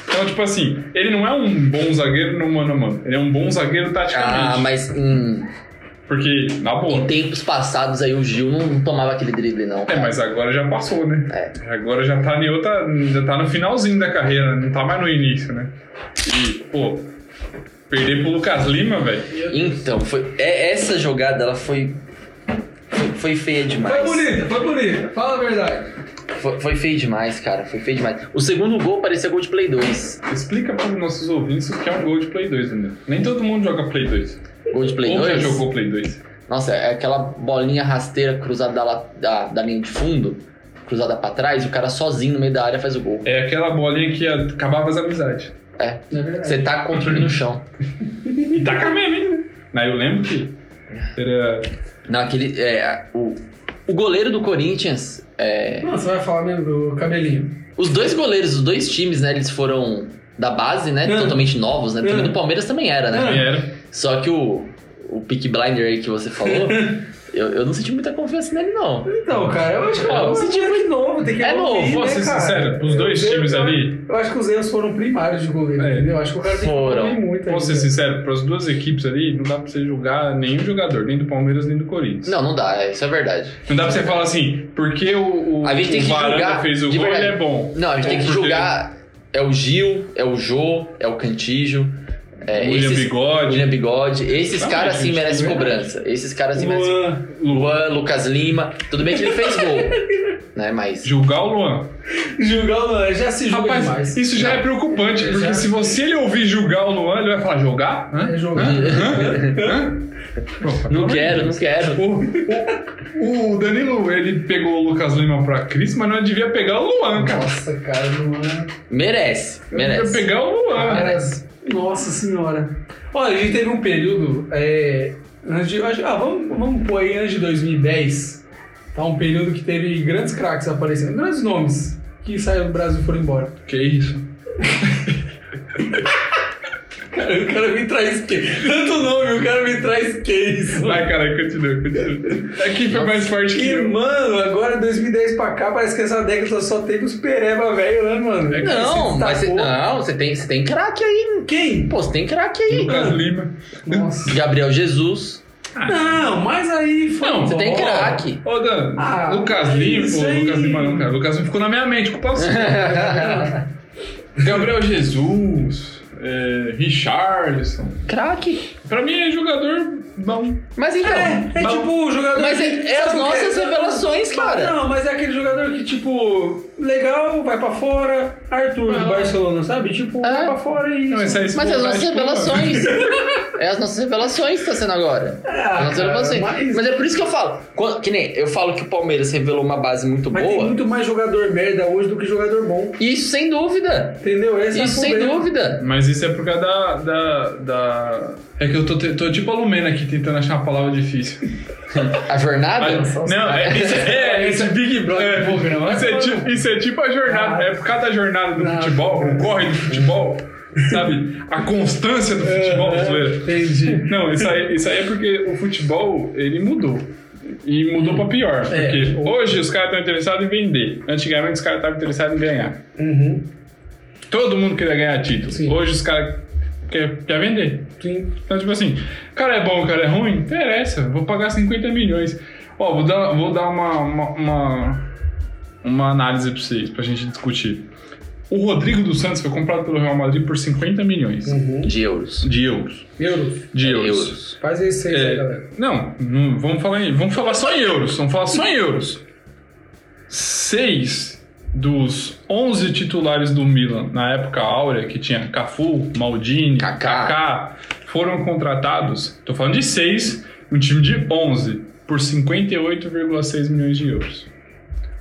A: Então, tipo assim, ele não é um bom zagueiro no mano a mano. Ele é um bom zagueiro taticamente.
C: Ah, mas em,
A: Porque, na boa.
C: em tempos passados aí o Gil não, não tomava aquele drible, não.
A: É,
C: cara.
A: mas agora já passou, né?
C: É.
A: Agora já tá em outra. Já tá no finalzinho da carreira, não tá mais no início, né? E, pô, perder pro Lucas Lima, velho.
C: Então, foi, é- essa jogada ela foi. Foi, foi feia demais.
B: Foi bonita, foi bonita. Fala a verdade.
C: Foi, foi feio demais, cara. Foi feio demais. O segundo gol parecia gol de Play 2.
A: Explica pros nossos ouvintes o que é um gol de Play 2, Daniel. Nem todo mundo joga Play 2.
C: Gol de Play
A: Ou já
C: 2?
A: jogou Play 2.
C: Nossa, é aquela bolinha rasteira cruzada da, la- da, da linha de fundo, cruzada pra trás, e o cara sozinho no meio da área faz o gol.
A: É aquela bolinha que acabava as amizades.
C: É.
B: É verdade.
C: Você tá com o time no chão.
A: E taca mesmo, hein? né? Mas eu lembro que era.
C: Não, aquele. É, o, o goleiro do Corinthians. É,
B: Não, você vai falar mesmo do cabelinho.
C: Os dois goleiros, os dois times, né? Eles foram da base, né?
B: É.
C: Totalmente novos, né? Porque
B: É.
C: do Palmeiras também era, né?
A: Quem era?
C: Só que o, o Pick Blinder aí que você falou, eu, eu não senti muita confiança nele, não.
B: Então, cara, eu acho que
C: É,
B: é um
C: eu senti
B: moleque novo, tem que
C: É
B: evoluir,
C: novo,
A: Vou
B: né,
A: ser
B: cara?
A: sincero, os dois
B: Eu-
A: times
B: eu-
A: ali.
B: Eu acho que os erros foram primários de goleiro,
A: É.
B: entendeu? Eu acho que o cara tem que
C: Foram.
B: evoluir muito.
A: Vou ser
B: ainda.
A: sincero, para as duas equipes ali, não dá pra você julgar nenhum jogador, nem do Palmeiras, nem do Corinthians.
C: Não, não dá, é, isso é verdade.
A: Não dá pra você falar assim, porque o, o,
C: A gente tem
A: o
C: que
A: Varanda
C: julgar
A: fez o
C: de
A: gol, ele
C: verdade.
A: é bom.
C: Não, a gente
A: Ou
C: tem que
A: porque
C: julgar. É o Gil, é o Jô, é o Cantijo, é
A: William
C: esses,
A: Bigode,
C: William Bigode. assim, Esses
A: Não,
C: caras
A: gente,
C: sim merecem
A: é verdade.
C: cobrança. Esses caras sim merecem.
B: Luan,
C: Luan, Lucas Lima. Tudo bem que ele fez gol, né? Mas.
A: julgar o Luan.
B: julgar o Luan, já se julga
A: Rapaz,
B: demais.
A: isso já
C: Não.
A: é preocupante, porque
B: Já.
A: se você ele ouvir julgar o Luan, ele vai falar, jogar? Hã?
B: É jogar.
A: Pô, pelo
C: Não quero,
A: amor
C: não quero.
A: de Deus. O, o Danilo, ele pegou o Lucas Lima pra Cris, mas não devia pegar o Luan, cara.
B: Nossa, cara, é o Luan.
C: Merece, merece.
A: Devia pegar o Luan.
B: Cara, nossa senhora. Olha, a gente teve um período. É, antes de, acho- ah, vamos, vamos pôr aí antes de 2010. Tá um período que teve grandes craques aparecendo, grandes nomes que saíram do Brasil e foram embora.
A: Que isso?
B: Cara, o cara me traz que? Tanto nome, o cara me traz que isso?
A: Vai, cara, continua, continua. Aqui foi mais forte que
B: E,
A: eu.
B: mano, agora 2010 pra cá, parece que essa década só teve os pereba velho, né, mano?
A: É,
C: Não,
B: Esse
C: mas você,
B: destacou.
C: não, você tem, você tem craque aí.
B: Quem?
C: Pô, você tem craque aí.
A: Lucas Lima.
B: Nossa.
C: Gabriel Jesus.
B: Não, mas aí foi.
A: Não,
C: Você tem
B: embora.
C: craque.
A: Ô, Dan,
B: Ah,
A: Lucas
B: mas
A: Lima.
B: isso
A: Pô,
B: aí.
A: Lucas Lima não, cara. Lucas Lima ficou na minha mente, culpa sua. Gabriel Jesus, é, Richarlison.
C: Craque.
A: Pra mim é jogador bom.
C: Mas então.
B: É, é
A: Não.
B: tipo o jogador.
C: Mas é,
B: que-
C: é as
B: sabe o que é?
C: nossas revelações, cara.
B: Não, mas é aquele jogador que, tipo, legal, vai pra fora, Arthur
C: Ah.
B: do Barcelona, sabe? Tipo, vai pra fora e.
A: Não, mas aí se
C: Mas é as
A: botar,
C: nossas
A: tipo,
C: revelações. É as nossas revelações que tá sendo agora.
B: Ah,
C: As nossas
B: cara,
C: revelações.
B: mas-
C: mas... é por isso que eu falo. Quando- que nem eu falo que o Palmeiras revelou uma base muito
B: Mas tem
C: boa.
B: muito mais jogador merda hoje do que jogador bom.
C: Isso sem dúvida.
B: Entendeu? Esse é o
C: Isso sem
B: problema.
C: dúvida.
A: Mas isso é por causa da. da, da- É que eu tô, te- tô tipo a Lumena aqui tentando achar uma palavra difícil.
C: A jornada.
A: Mas- não, é, isso é, é,
B: Esse Big
A: é,
B: Brother programa.
A: Isso é, tipo, isso é tipo a jornada. É por causa da jornada do
B: Não.
A: futebol, o corre do futebol, sabe? A constância do futebol
B: É,
A: brasileiro.
B: Entendi.
A: Não, isso aí, isso aí é porque o futebol, ele mudou. E mudou pra pior.
B: É.
A: Porque hoje os caras estão interessados em vender. Antigamente os caras estavam interessados em ganhar.
B: Uhum.
A: Todo mundo queria ganhar título.
B: Sim.
A: Hoje os caras querem quer vender.
B: Sim.
A: Então, tipo assim, cara é bom, cara é ruim, interessa, vou pagar 50 milhões. Ó, vou dar, vou dar uma, uma, uma, uma análise pra vocês, pra gente discutir. O Rodrigo dos Santos foi comprado pelo Real Madrid por 50 milhões
B: Uhum.
C: De euros.
A: de euros.
B: Euros.
A: De euros.
C: É, Euros.
B: Faz esse aí,
A: É,
B: galera.
A: não, não, vamos falar em, vamos falar só em euros, vamos falar só em euros. Seis dos 11 titulares do Milan na época áurea, que tinha Cafu, Maldini,
C: Kaká.
A: Kaká, foram contratados. Tô falando de seis, um time de 11 por 58,6 milhões de euros.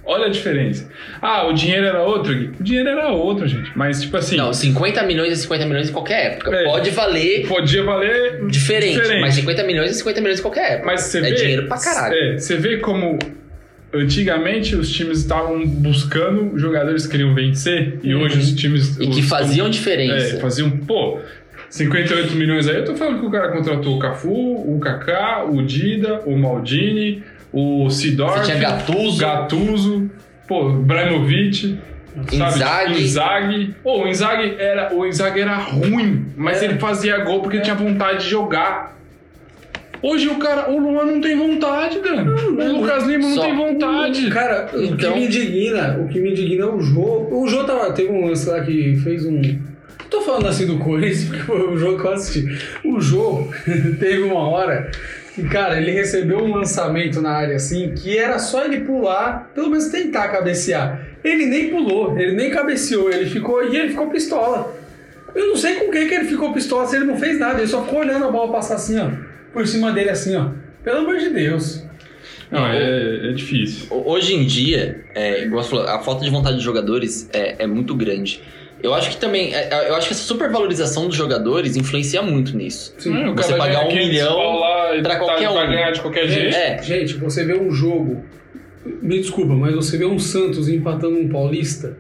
A: Olha a diferença. Ah, o dinheiro era outro, Gui? O dinheiro era outro, gente. Mas, tipo assim,
C: Não, 50 milhões e 50 milhões em qualquer época.
A: É.
C: Pode valer
A: podia valer
C: diferente,
A: Diferente.
C: mas 50 milhões e 50 milhões em qualquer época.
A: Mas você
C: é
A: vê,
C: dinheiro pra caralho.
A: É, você vê como antigamente os times estavam buscando jogadores que queriam vencer e hoje os times.
C: Uhum. E
A: os-
C: que faziam
A: É,
C: diferença.
A: faziam, pô. 58 milhões aí, eu tô falando que o cara contratou o Cafu, o Kaká, o Dida, o Maldini, o Sidor,
C: Você tinha Gattuso.
A: Gattuso, pô, Ibrahimovic, sabe?
C: Inzaghi.
A: Inzaghi. Pô, o Inzaghi era, o Inzaghi era ruim, mas
B: Era.
A: ele fazia gol porque tinha vontade de jogar. Hoje o cara, o Luan não tem vontade, Dano.
B: não.
A: o Lucas Lima não
C: Só-
A: tem vontade.
B: Cara, o que
C: Então-
B: me indigna, o que me indigna é o Jô. O Jô tava, teve um lance lá que fez um. Tô falando assim do Corinthians, porque foi o jogo que eu assisti. O Jô teve uma hora que, cara, ele recebeu um lançamento na área assim, que era só ele pular, pelo menos tentar cabecear. Ele nem pulou, ele nem cabeceou, ele ficou. E ele ficou pistola. Eu não sei com quem que ele ficou pistola se ele não fez nada, ele só ficou olhando a bola passar assim, ó. Por cima dele assim, ó. Pelo amor de Deus.
A: Não, é, é difícil.
C: Hoje em dia, é, igual você falou, a falta de vontade de jogadores é, é muito grande. Eu acho que também, é, eu acho que essa supervalorização dos jogadores influencia muito nisso.
A: É, o
C: Você
A: cara
C: pagar
A: ganha
C: um
A: 500
C: milhão
A: pau lá, e
C: pra
A: tá-
C: qualquer
A: vai
C: um.
A: ganhar de qualquer jeito.
C: É.
B: Gente, você vê um jogo. Me desculpa, mas você vê um Santos empatando um Paulista,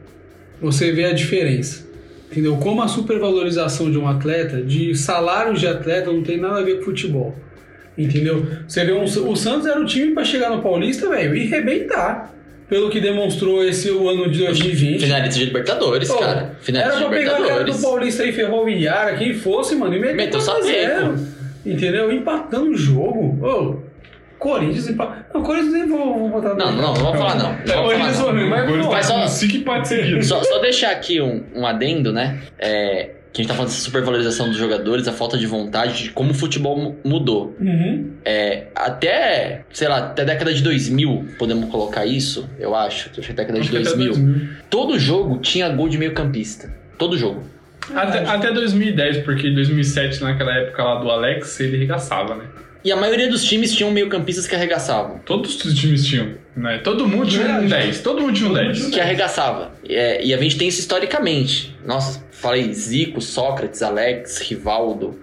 B: você vê a diferença. Entendeu? Como a supervalorização de um atleta, de salários de atleta, não tem nada a ver com futebol. Entendeu? Você vê um, o Santos era o time pra chegar no Paulista, velho, e rebentar. Pelo que demonstrou esse o ano de 2020.
C: Finalista de Libertadores,
B: Pô,
C: cara.
B: Era
C: Finalista Né, de
B: pra pegar a cara do
C: Libertadores.
B: Paulista aí, Ferroviária, quem fosse, mano, e meter
C: Meteu só
B: 4x0. Entendeu? Empatando o jogo. Ô, Corinthians empatando. Não, Corinthians nem vou, vou botar
C: Não, não, não vamos falar não. não vamos falar,
A: É, Hoje
C: não.
A: eles vão ver, mas,
C: Mas
A: pô,
C: só-
A: tá com cinco empates seguidos.
C: Só, só deixar aqui um, um adendo, né? É, que a gente tá falando dessa supervalorização dos jogadores, a falta de vontade, de como o futebol mu- mudou.
B: Uhum.
C: É, até, sei lá, até a década de 2000, podemos colocar isso, eu acho. Acho que a década de
A: Acho que até
C: 2000.
A: 2000.
C: Todo jogo tinha gol de meio campista. Todo jogo.
A: Até, até 2010, porque em 2007, naquela época lá do Alex, ele regaçava, né?
C: E a maioria dos times tinham meio campistas que arregaçavam.
A: Todos os times tinham, né? Todo mundo tinha um
B: Verdade.
A: 10. Todo mundo tinha um
B: Todo
A: 10.
B: mundo
C: Que arregaçava. É, e a gente tem isso historicamente. Nossa, falei Zico, Sócrates, Alex, Rivaldo.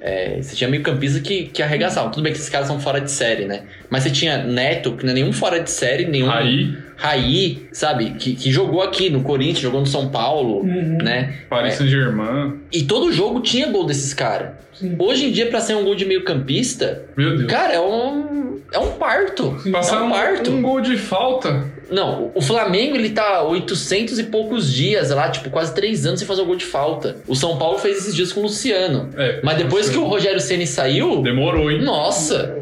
C: É, você tinha meio campista que, que arregaçavam. Tudo bem que esses caras são fora de série, né? Mas você tinha Neto, que não é nenhum fora de série, nenhum
A: Aí,
C: Raí, sabe? Que, que jogou aqui no Corinthians, jogou no São Paulo,
B: Uhum.
C: né?
A: Paris
C: É.
A: Saint-Germain.
C: E todo jogo tinha gol desses caras.
B: Sim.
C: Hoje em dia, pra ser um gol de meio campista,
A: Meu Deus.
C: cara, é um. É um parto.
A: Passaram
C: é um parto.
A: um, um gol de falta.
C: Não, o Flamengo ele tá 800 e poucos dias lá, tipo, quase 3 anos sem fazer o gol de falta. O São Paulo fez esses dias com o Luciano.
A: É,
C: Mas depois que o Rogério Ceni saiu,
A: Demorou, hein?
C: nossa,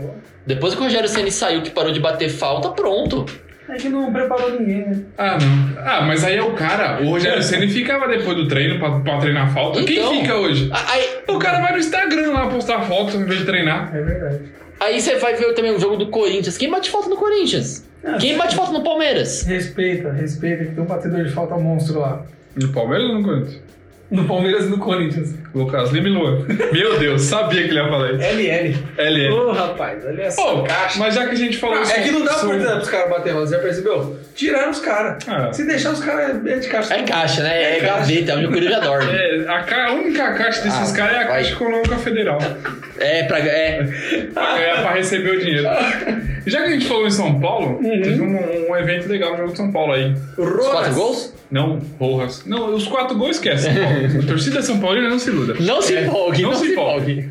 C: depois que o Rogério Ceni saiu que parou de bater falta, pronto.
D: É que não preparou ninguém, né?
A: Ah, não. Ah, mas aí é o cara. O Rogério Senna ficava depois do treino pra, pra treinar falta.
C: Então.
A: Quem fica hoje?
C: A- Aí,
A: O cara vai no Instagram lá postar foto em vez de treinar.
D: É verdade.
C: aí você vai ver também o jogo do Corinthians. Quem bate falta no Corinthians?
D: Ah,
C: Quem bate falta no Palmeiras?
D: Respeita, respeita, que tem um batedor de falta monstro lá.
A: No Palmeiras ou no Corinthians?
D: No Palmeiras e no Corinthians.
A: Lucas Lima e Luan. Meu Deus, sabia que ele ia falar isso.
D: LL.
A: LL.
D: Ô, rapaz, olha só.
A: Pô, mas já que a gente falou
B: Ah,
A: isso.
B: é que não dá
A: sobre-
B: oportunidade pros caras bater rosa, já percebeu? Tiraram os caras.
A: Ah.
B: Se deixar os caras é de caixa.
C: É caixa, né? É gaveta, é onde o Coringa dorme.
A: É, a, ca- a única caixa desses
C: Ah,
A: caras é a
C: vai.
A: Caixa Econômica Federal.
C: É, pra. É.
A: Pra ganhar, pra receber o dinheiro. Já que a gente falou em São Paulo,
B: Uhum.
A: teve um, um evento legal no jogo de São Paulo aí.
C: Os
B: Rodas.
C: quatro gols?
A: Não, Rojas. Não, os quatro gols esquece. São Paulo. A torcida São Paulina não se iluda.
C: Não se
A: É,
C: empolgue, não,
A: não se
C: se empolgue.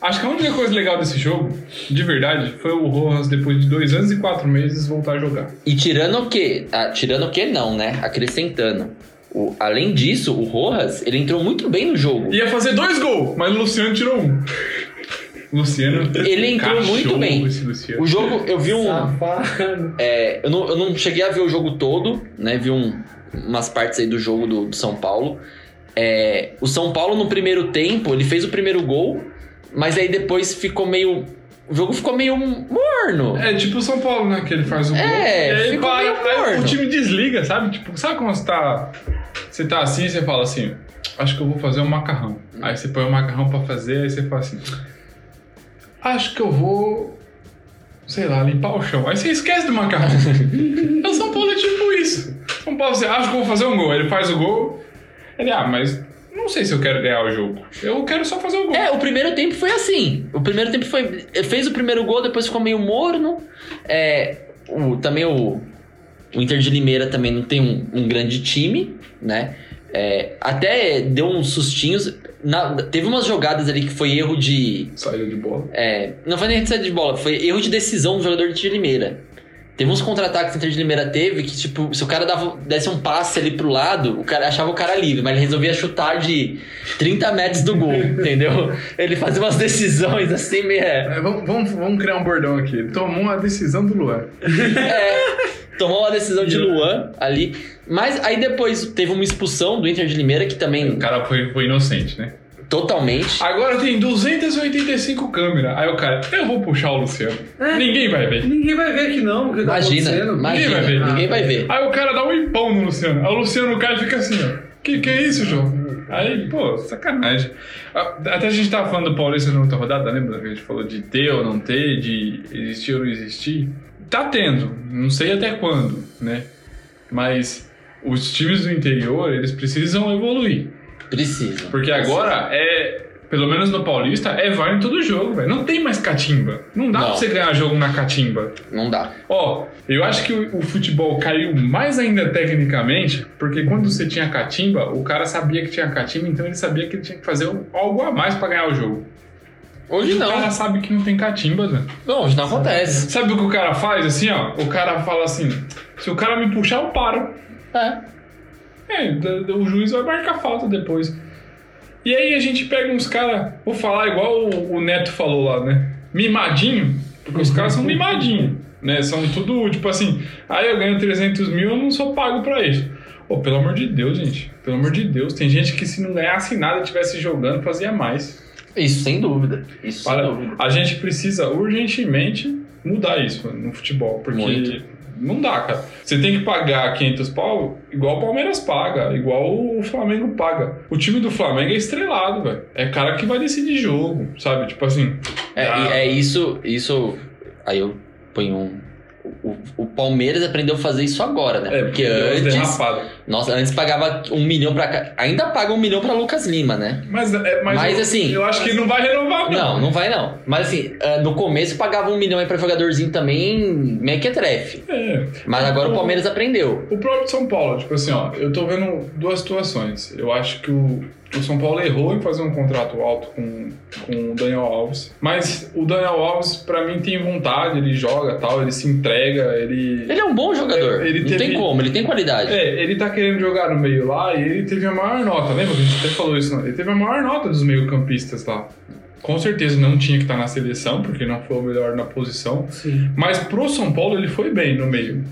A: Acho que a única coisa legal desse jogo, de verdade, foi o Rojas, depois de dois anos e quatro meses, voltar a jogar.
C: E tirando o quê? Ah, tirando o quê não, né? Acrescentando. O- além disso, o Rojas, ele entrou muito bem no jogo.
A: Ia fazer dois gols, mas o Luciano tirou um. Luciano.
C: Ele entrou
A: cachorro
C: muito bem.
A: Esse Luciano.
C: O jogo, eu vi um,
D: Safado.
C: É, eu, não, eu não cheguei a ver o jogo todo, né? Vi um- umas partes aí do jogo do, do São Paulo. É, o São Paulo no primeiro tempo, ele fez o primeiro gol, mas aí depois ficou meio. O jogo ficou meio morno.
A: É tipo o São Paulo, né? Que ele faz o gol.
C: É,
A: e aí
C: ficou
A: vai,
C: meio
A: aí
C: morno.
A: o time desliga, sabe? Tipo, sabe quando você tá. Você tá assim e você fala assim, acho que eu vou fazer um macarrão. Aí você põe o macarrão pra fazer, aí você fala assim. Acho que eu vou. Sei lá, limpar o chão. Aí você esquece do macarrão. o São Paulo é tipo isso. São Paulo, você acha que eu vou fazer um gol? Ele faz o gol. Ele, ah, mas não sei se eu quero ganhar o jogo. Eu quero só fazer o gol.
C: É, o primeiro tempo foi assim. O primeiro tempo foi. Fez o primeiro gol, depois ficou meio morno. É, o, também o, o Inter de Limeira também não tem um, um grande time, né? É, até deu uns sustinhos. Na- teve umas jogadas ali que foi erro de.
A: Saída de bola.
C: É, não foi nem saída de bola, foi erro de decisão do jogador do Inter de Limeira. Teve uns contra-ataques que o Inter de Limeira teve que, tipo, se o cara dava, desse um passe ali pro lado, o cara achava o cara livre, mas ele resolvia chutar de 30 metros do gol, entendeu? Ele fazia umas decisões assim, meio.
A: É, vamos, vamos, vamos criar um bordão aqui. Ele tomou a decisão do Luan.
C: Tomou uma decisão de Luan ali. Mas aí depois teve uma expulsão do Inter de Limeira, que
A: O
C: também
A: cara foi, foi inocente, né?
C: totalmente.
A: Agora tem 285 câmeras. Aí o cara, eu vou puxar o Luciano.
B: É.
A: Ninguém vai ver.
B: Ninguém vai ver que não, o que tá
C: Imagina,
B: acontecendo.
C: imagina,
A: vai
C: ninguém
A: ver.
C: vai ver.
A: Aí o cara dá um empão no Luciano. Aí o Luciano cai e fica assim, ó. Que que é isso, João? Aí, pô, sacanagem. Ah, Até a gente tava falando do Paulista na outra rodada, lembra? Que a gente falou de ter ou não ter, de existir ou não existir. Tá tendo, não sei até quando, né? Mas os times do interior, eles precisam evoluir.
C: Precisa.
A: Porque agora é. Pelo menos no Paulista, é VAR em todo jogo, velho. Não tem mais catimba. Não dá
C: Não.
A: pra você ganhar jogo na catimba.
C: Não dá.
A: Ó, eu acho que o, o futebol caiu mais ainda tecnicamente, porque quando você tinha catimba, o cara sabia que tinha catimba, então ele sabia que ele tinha que fazer um- algo a mais pra ganhar o jogo.
C: Hoje
A: O
C: não.
A: cara sabe que não tem catimba, velho.
C: Não, hoje não acontece.
A: Sabe o que o cara faz, assim, ó? O cara fala assim, se o cara me puxar, eu paro.
C: É.
A: É, d- d- o juiz vai marcar falta depois. E aí a gente pega uns caras, vou falar igual o, o Neto falou lá, né? Mimadinho, porque os caras são mimadinho, né? São tudo, tipo assim, aí eu ganho 300 mil, eu não sou pago pra isso. Pô, pelo amor de Deus, gente. Pelo amor de Deus. Tem gente que se não ganhasse nada e estivesse jogando, fazia mais.
C: Isso, sem dúvida. Isso,
A: Para-
C: sem dúvida.
A: a gente precisa urgentemente mudar isso no futebol, porque
C: Muito.
A: não dá, cara. Você tem que pagar 500 pau igual o Palmeiras paga, igual o Flamengo paga. O time do Flamengo é estrelado, velho. É cara que vai decidir jogo, sabe? Tipo assim,
C: É,
A: Ah.
C: e- é isso, isso. Aí eu ponho um. O, o Palmeiras aprendeu a fazer isso agora, né?
A: é
C: Porque
A: deu umas
C: antes.
A: derrapadas.
C: Nossa, antes pagava um milhão pra. ca- Ainda paga um milhão pra Lucas Lima, né?
A: Mas, é, mas,
C: Mas,
A: eu,
C: assim-
A: eu acho que não vai renovar,
C: Não, não vai não. Mas assim, ah, no começo pagava um milhão aí pra jogadorzinho também, mequetrefe.
A: É.
C: Mas agora o Palmeiras aprendeu.
A: O próprio São Paulo, tipo assim, ó, eu tô vendo duas situações. Eu acho que o, o São Paulo errou em fazer um contrato alto com, com o Daniel Alves. Mas o Daniel Alves, pra mim, tem vontade, ele joga tal, ele se entrega, ele.
C: Ele é um bom jogador.
A: Ele
C: não
A: teve-
C: tem como, ele tem qualidade.
A: É, ele tá querendo jogar no meio lá e ele teve a maior nota, lembra que a gente até falou isso? né? Ele teve a maior nota dos meio-campistas lá. Com certeza não tinha que estar na seleção, porque não foi o melhor na posição.
B: Sim.
A: Mas pro São Paulo ele foi bem no meio.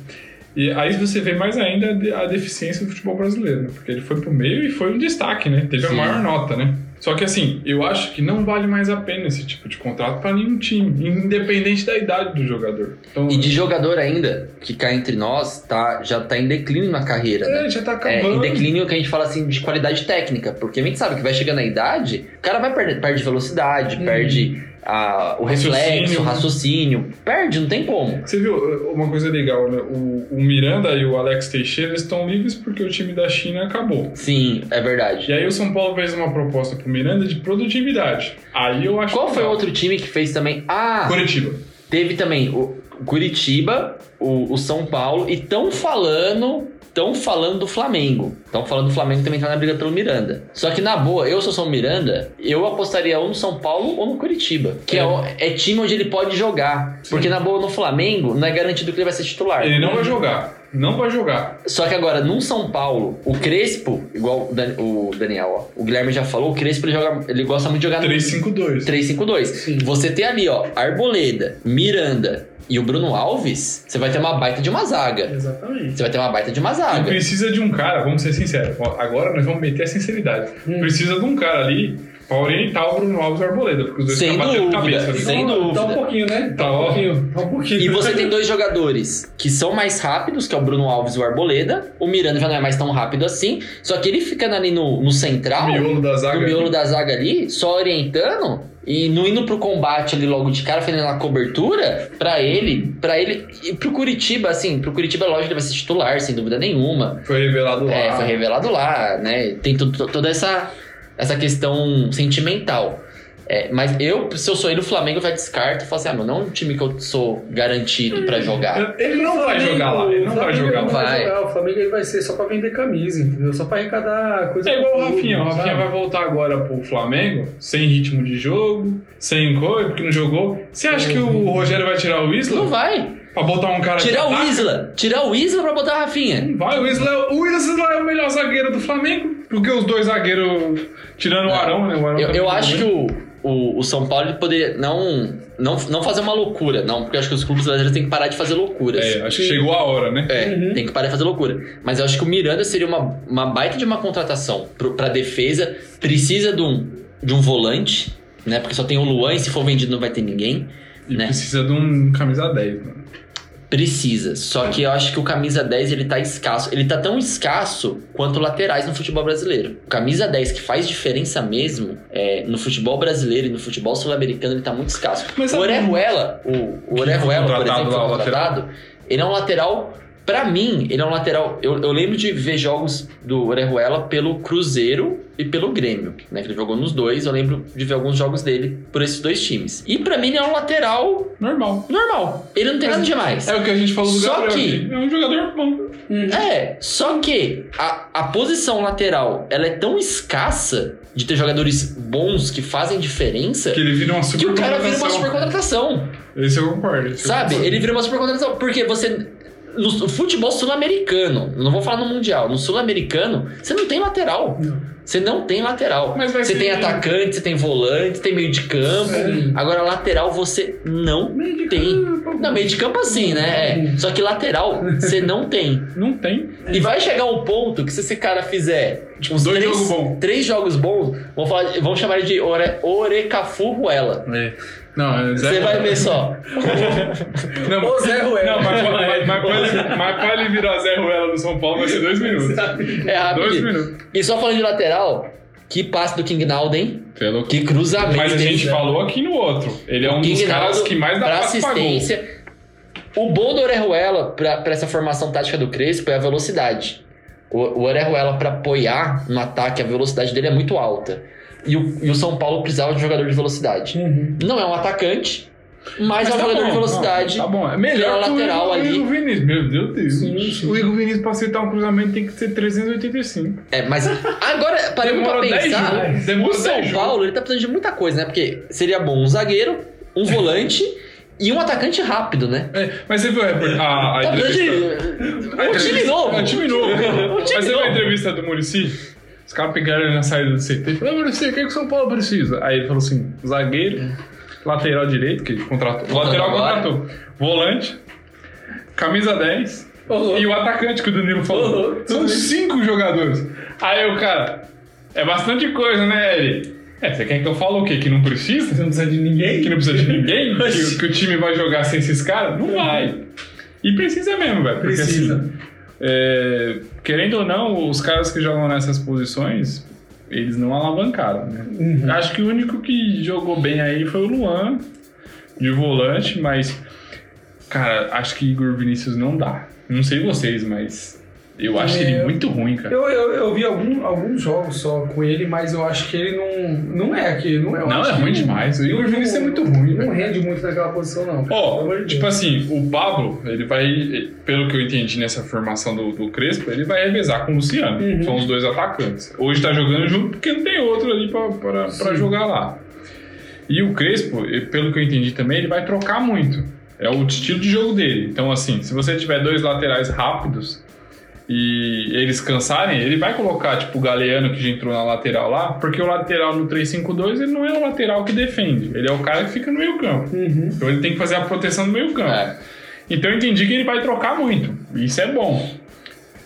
A: E aí você vê mais ainda a de- a deficiência do futebol brasileiro, né? porque ele foi pro meio e foi um destaque, né? Teve a
C: Sim.
A: maior nota, né? Só que assim, eu acho que não vale mais a pena esse tipo de contrato pra nenhum time, independente da idade do jogador. Então,
C: E de jogador ainda, que cá entre nós, tá, já tá em declínio na carreira, né?
A: é, já tá
C: É, em
A: acabando.
C: declínio que a gente fala assim de qualidade técnica, porque a gente sabe que vai chegando a idade, o cara vai perder, perde velocidade, perde a- o
A: Uhum. Raciocínio. né?
C: reflexo, o raciocínio, perde, não tem como.
A: Você viu uh, uma coisa legal, né? O, o Miranda e o Alex Teixeira eles estão livres porque o time da China acabou.
C: Sim, é verdade.
A: E aí o São Paulo fez uma proposta pro Miranda de produtividade. Aí eu acho
C: Qual foi o
A: legal.
C: outro time que fez também? Ah,
A: Curitiba.
C: teve também o Curitiba, o, o São Paulo e tão falando, tão falando do Flamengo. Tão falando do Flamengo também tá na briga pelo Miranda. Só que na boa, eu sou São Miranda, eu apostaria ou no São Paulo ou no Curitiba, que é, o- é time onde ele pode jogar, porque na boa no Flamengo não é garantido que ele vai ser titular.
A: Ele não vai jogar. Não vai jogar.
C: Só que agora, no São Paulo, o Crespo, igual o Dan- o Daniel, ó, o Guilherme já falou, o Crespo ele, joga, ele gosta muito de jogar Tá no
A: 3-5-2.
C: 3-5-2.
B: Sim.
C: Você ter ali, ó, Arboleda, Miranda e o Bruno Alves, você vai ter uma baita de uma zaga.
B: Exatamente.
C: Você vai ter uma baita de uma
A: E
C: zaga.
A: precisa de um cara, vamos ser sinceros. Ó, Agora nós vamos meter a sinceridade.
B: Hum.
A: Precisa de um cara ali pra orientar o Bruno Alves e o Arboleda, porque os dois
C: Sem
A: ficam batendo
C: dúvida,
A: cabeça. né?
C: sem
B: Então,
C: dúvida.
B: Tá um pouquinho, né?
A: Tá,
B: um
A: ó.
B: pouquinho. Tá um pouquinho.
C: E você tem dois jogadores que são mais rápidos, que é o Bruno Alves e o Arboleda. O Miranda já não é mais tão rápido assim. Só que ele ficando ali no, no central,
A: O miolo da zaga.
C: no miolo da zaga ali, só orientando e não indo pro combate ali logo de cara, fazendo a cobertura, pra ele, para ele e pro Curitiba, assim, pro Curitiba lógico ele vai ser titular, sem dúvida nenhuma.
A: Foi revelado lá.
C: É, foi revelado lá, né? Tem tu- to- toda essa, essa questão sentimental. É, mas eu, se eu sou ele, o Flamengo eu já descarto e falo assim, ah, meu, não é um time que eu sou garantido pra jogar.
A: Ele não vai
B: Flamengo-
A: jogar lá. Ele não
B: o
A: vai
B: Flamengo
A: jogar
B: não
A: lá.
C: Vai.
B: jogar, O Flamengo ele vai ser só pra vender camisa, entendeu? Só pra arrecadar coisa.
A: É igual o
B: pro clube,
A: Rafinha. O
B: sabe?
A: Rafinha vai voltar agora pro Flamengo, sem ritmo de jogo, sem coisa, porque não jogou. Você acha que o Rogério vai tirar o
C: Não
A: Isla
C: vai.
A: pra botar um cara que
C: Tirar o
A: ataca?
C: Isla. Tirar o Isla pra botar a Rafinha.
A: Não Vai, o Isla, é- o Isla é o melhor zagueiro do Flamengo. Porque os dois zagueiros, tirando o Arão, né? O Arão
C: É. Eu,
A: também
C: eu
A: tá
C: acho
A: bem.
C: que o, o, o São Paulo ele poderia não, não, não fazer uma loucura, não, porque eu acho que os clubes brasileiros têm que parar de fazer loucuras.
A: É, acho que chegou a hora, né?
C: É,
B: Uhum.
C: tem que parar de fazer loucura. Mas eu acho que o Miranda seria uma, uma baita de uma contratação pro, pra defesa. Precisa de um, de um volante, né? Porque só tem o Luan e se for vendido não vai ter ninguém.
A: E
C: Né?
A: precisa de um camisa 10, mano.
C: Precisa. Só que eu acho que o camisa 10 ele tá escasso. Ele tá tão escasso quanto laterais no futebol brasileiro. O camisa 10 que faz diferença mesmo é, no futebol brasileiro e no futebol sul-americano ele tá muito escasso.
A: Mas é
C: o
A: sabe-
C: Orejuela, o, o Orejuela, por
A: contratado lá,
C: exemplo, foi
A: o lateral?
C: contratado, ele é um lateral. Pra mim, ele é um lateral. Eu, eu lembro de ver jogos do Orejuela pelo Cruzeiro e pelo Grêmio, né? Que ele jogou nos dois. Eu lembro de ver alguns jogos dele por esses dois times. E pra mim, ele é um lateral
A: Normal.
C: normal. Ele não tem nada demais.
A: É o que a gente falou do
C: Só
A: Gabriel.
C: que-
A: aqui. É um jogador bom.
C: É, só que a, a posição lateral ela é tão escassa de ter jogadores bons que fazem diferença
A: Que ele vira uma
C: que
A: super
C: o cara vira uma super
A: contratação.
C: contratação.
A: Esse eu concordo. esse eu
C: Sabe?
A: concordo.
C: Ele vira uma super contratação. Porque você. No futebol sul-americano, não vou falar no mundial, no sul-americano, você não tem lateral.
B: Não.
C: Você não tem lateral.
A: Mas vai
C: Você
A: ser-
C: tem atacante, você tem volante, você tem meio de campo.
B: Sim.
C: Agora, lateral você não
B: Meio de
C: tem.
B: campo.
C: Não, meio de campo assim, né? É. Só que lateral você não tem.
A: Não tem.
C: E vai chegar um ponto que se esse cara fizer tipo, uns
A: Dois
C: três,
A: jogos bons.
C: três jogos bons, vão, falar, vão chamar ele de ore, Orecafu Ruela.
A: Não, é Zé-
C: Você vai ver só.
A: Não,
B: Ô, Zé Ruela.
A: Não, mas, mas, mas, pra ele- mas pra ele virar Zé Ruela no São Paulo vai ser dois minutos.
C: É
A: Dois
C: rápido.
A: minutos.
C: E só falando de lateral, que passe do King Naldo, hein?
A: Você é louco.
C: Que cruzamento.
A: Mas a
C: hein?
A: gente falou aqui no outro. Ele é um dos
C: King
A: caras
C: Naldo
A: que mais dá
C: pra
A: passe pra gol.
C: assistência. O bom do Orejuela pra, pra essa formação tática do Crespo é a velocidade. O, o Orejuela pra apoiar no ataque, a velocidade dele é muito alta. E o, e o São Paulo precisava de um jogador de velocidade.
B: Uhum.
C: Não é um atacante, mas, é um
A: tá
C: jogador de
A: bom,
C: velocidade.
A: não, tá bom. É
C: Pela
A: melhor que
C: lateral
A: o Igor,
C: ali.
A: Igor Vinícius. Meu Deus do
B: Sim,
A: Deus.
B: sim.
A: O Igor Vinícius pra acertar um cruzamento tem que ser 385.
C: É, mas agora, parando
A: Demora
C: pra
A: 10
C: pensar,
A: jogos.
C: o
A: Demora 10
C: São
A: jogos.
C: Paulo ele tá precisando de muita coisa, né? Porque seria bom um zagueiro, um volante e um atacante rápido, né?
A: É, mas você viu a, a, a
C: Tá precisando
A: entrevista?
C: de.
A: A
C: Um time
A: entrevista-
C: novo!
A: tá- É um time novo.
C: Um time
A: Mas você viu a
C: novo.
A: entrevista do Murici? Os caras pegaram ele na saída do CT e falaram: "Ah, Murici, o que, é que o São Paulo precisa? Aí ele falou assim: zagueiro, lateral direito, que ele contratou.
C: Contratou
A: Lateral
C: agora.
A: contratou. Volante, camisa 10,
B: Ô, louco.
A: e o atacante que o Danilo falou.
B: Uhum, tudo
A: São
B: bem.
A: cinco jogadores. Aí o cara, é bastante coisa, né, Eri? É, você quer que eu fale o quê? Que não precisa?
B: Você não precisa de ninguém?
A: Que não precisa de ninguém?
B: Oxi.
A: que, que o time vai jogar sem esses caras?
D: Uhum.
A: Não vai. E precisa mesmo, velho. porque
B: Precisa.
A: assim, é, querendo ou não, os caras que jogam nessas posições, eles não alavancaram, né?
B: Uhum.
A: Acho que o único que jogou bem aí foi o Luan, de volante, mas. Cara, acho que Igor Vinícius não dá. Não sei vocês, mas. Eu acho ele
D: É.
A: muito ruim, cara.
D: Eu, eu, eu vi algum, alguns jogos só com ele, mas eu acho que ele não, não é aqui. Não, eu
A: não,
D: acho
A: é
D: que
A: ruim
D: não-
A: demais. O Igor
D: não- um
A: Vinícius é muito ruim,
D: Não
A: velho.
D: rende muito naquela posição, não. cara. Pelo
A: Ó,
D: amor de
A: tipo
D: Deus.
A: assim, o Pablo, ele vai, pelo que eu entendi nessa formação do, do Crespo, ele vai revezar com o Luciano.
D: Uhum.
A: São os dois atacantes. Hoje tá jogando junto porque não tem outro ali pra- pra pra jogar lá. E o Crespo, eh, pelo que eu entendi também, ele vai trocar muito. É o estilo de jogo dele. Então, assim, se você tiver dois laterais rápidos e eles cansarem, ele vai colocar, tipo, o Galeano que já entrou na lateral lá, porque o lateral no 3-5-2 ele não é o lateral que defende. Ele é o cara que fica no meio campo.
B: Uhum.
A: Então ele tem que fazer a proteção do meio campo.
C: É.
A: Então eu entendi que ele vai trocar muito. Isso é bom.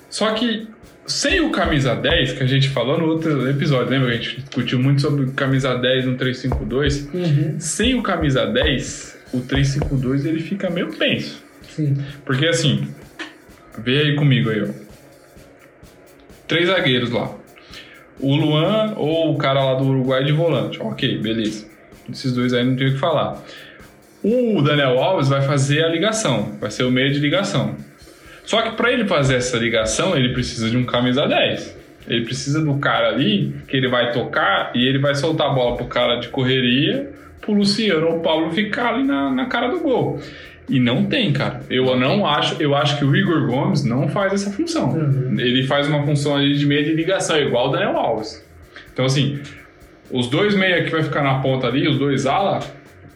A: Só que sem o camisa 10, que a gente falou no outro episódio, lembra? que A gente discutiu muito sobre o camisa 10 no 352.
B: Uhum.
A: Sem o camisa 10, o 352 ele fica meio tenso.
D: Sim.
A: Porque assim, vê aí comigo aí, ó. Três zagueiros lá. O Luan ou o cara lá do Uruguai de volante. Ok, beleza. Esses dois aí não tem o que falar. O Daniel Alves vai fazer a ligação, vai ser o meio de ligação. Só que para ele fazer essa ligação, ele precisa de um camisa 10. Ele precisa do cara ali que ele vai tocar e ele vai soltar a bola pro cara de correria, pro Luciano ou o Paulo ficar ali na, na cara do gol. E não tem, cara. Eu não, acho, eu acho que o Igor Gomes não faz essa função. Ele faz uma função ali de meio de ligação, igual o Daniel Alves. Então assim, os dois meia que vai ficar na ponta ali, os dois ala,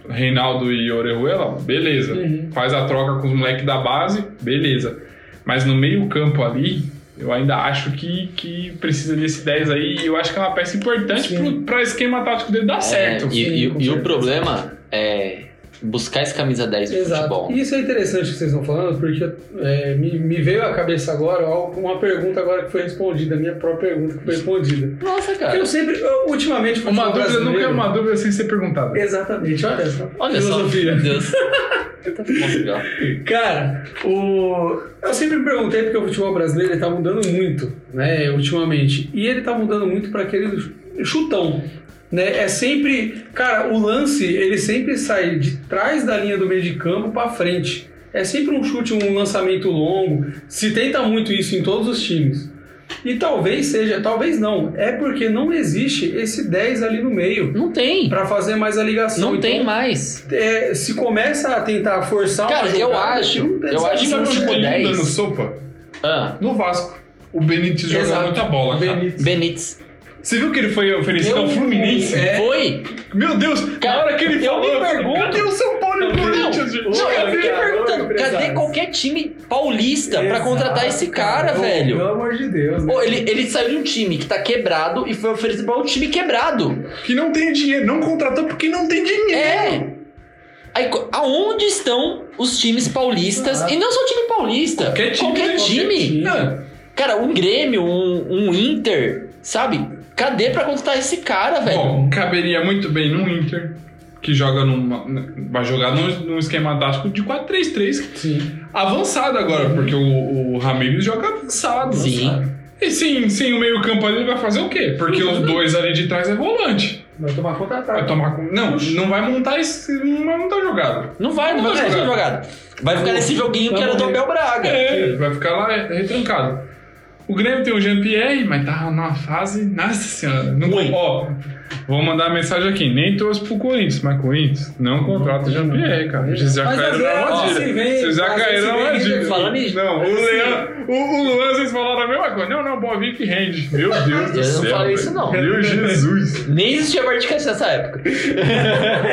A: Reinaldo e Orejuela, beleza. Faz a troca com os moleques da base, beleza. Mas no meio campo ali, eu ainda acho que, que precisa desse 10 aí. E eu acho que é uma peça importante pro, pra esquema tático dele dar certo.
C: É, e,
D: sim,
C: e-
D: com
C: e
D: certeza.
C: o problema é buscar esse camisa 10 do
B: Exato.
C: futebol.
B: E isso é interessante que vocês estão falando, porque é, me, me veio à cabeça agora algo- uma pergunta agora que foi respondida, a minha própria pergunta que foi respondida.
C: Nossa, cara.
B: Eu sempre, eu, ultimamente, o
A: Uma
B: futebol
A: dúvida nunca é
B: brasileiro-
A: uma dúvida sem ser perguntada.
B: Exatamente, olha só.
C: Olha só.
B: Filosofia.
C: Meu Deus. Tá bom, legal.
B: Cara, o... eu sempre me perguntei porque o futebol brasileiro está mudando muito, né, ultimamente. E ele está mudando muito para aquele chutão, né? É sempre, cara, o lance ele sempre sai de trás da linha do meio de campo para frente. É sempre um chute, um lançamento longo. Se tenta muito isso em todos os times. E talvez seja, talvez não. É porque não existe esse 10 ali no meio
C: Não tem.
B: para fazer mais a ligação.
C: Não tem
B: Então,
C: mais.
B: é, se começa a tentar forçar uma
C: Cara, eu
B: jogada,
C: acho-
B: não tem
C: eu acho
A: Sabe
B: solução,
A: onde
C: Tipo
A: ele
B: né?
C: 10.
A: dando sopa?
C: Ah,
A: No Vasco. O Benítez joga
B: Exato.
A: muita bola, cara.
D: Benítez.
C: Benítez.
A: Você viu que ele foi oferecido
B: Eu-
A: ao Fluminense?
B: É.
C: Foi?
A: Meu Deus,
C: Cara,
A: na hora que ele
C: eu
A: falou,
C: me
A: eu falei,
C: pergunto-
A: cadê o São Paulo e o
C: Não,
A: Corinthians? gente?
C: Não, eu
A: Cadê?
C: fico me perguntando, cadê
D: empresários.
C: qualquer time paulista pra contratar esse cara,
D: Exato.
C: velho?
D: Pelo amor de Deus, né?
C: Pô, ele, ele saiu de um time que tá quebrado e foi oferecido pra um time quebrado.
A: que não tem dinheiro, não contratou porque não tem dinheiro.
C: É! Aí, co- aonde estão os times paulistas? E não é só o time paulista.
A: Qualquer time, né? Qualquer
C: time.
A: Não,
C: Cara, um Grêmio, um, um Inter, sabe? Cadê pra contratar esse cara, velho?
A: Bom, caberia muito bem no Inter, que joga numa. Vai jogar num, num esquema tático de 4-3-3
B: Sim.
A: avançado agora, porque o, o Ramires joga avançado.
C: Sim.
A: E sem, sem o meio-campo ali, ele vai fazer o quê? Porque os dois ali de trás é volante.
D: Vai tomar contra-ataque.
A: Vai tomar. com- Não, não vai montar esse. Não vai montar jogado.
C: Não vai, não vai
A: Vamos
C: fazer essa
A: jogar.
C: jogada. Vai ficar nesse joguinho que era do Abel Braga.
A: É, vai ficar lá retrancado. O Grêmio tem o Jean-Pierre, mas tá numa fase. Nossa senhora. Não,
C: Ruim.
A: ó, vou mandar mensagem aqui. Nem torço pro Corinthians, mas Corinthians não contrata o Jean-Pierre, cara. Vocês já
B: Mas
A: caíram
B: às vezes
A: na
B: se
A: armadilha.
B: vem-
A: Vocês já
B: às vezes
A: caíram
B: se
A: na
B: vem
A: armadilha.
B: River
C: Falando em-
A: Não, o
B: Assim.
A: Leandro. O, o Luan, vocês falaram a mesma coisa. Não, não, Boa Vic rende. Meu Deus do
C: Eu não
A: céu.
C: falei
A: velho.
C: isso, não.
A: Meu Jesus.
C: Nem existia Barticast nessa época.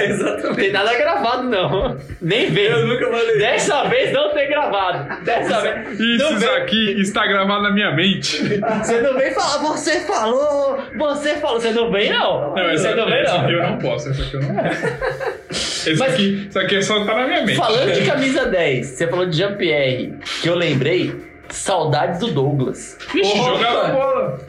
C: Exatamente. Tem nada gravado, não. Nem veio. Eu nunca falei. Dessa vez não tem gravado. Dessa vez. não
A: Isso
C: veio.
A: aqui está gravado na minha mente.
C: Você não vem falar, você falou, você falou. Você não vem, não.
A: Não, Não,
C: Isso
A: essa,
C: aí não vem,
A: essa
C: não.
A: aqui eu não posso, essa aqui eu não posso. Esse
C: Mas-
A: aqui, isso aqui só tá na minha mente.
C: Falando de camisa 10, você falou de Jean-Pierre, que eu lembrei, saudades do Douglas.
A: Vixe,
B: Opa!
A: jogava bola.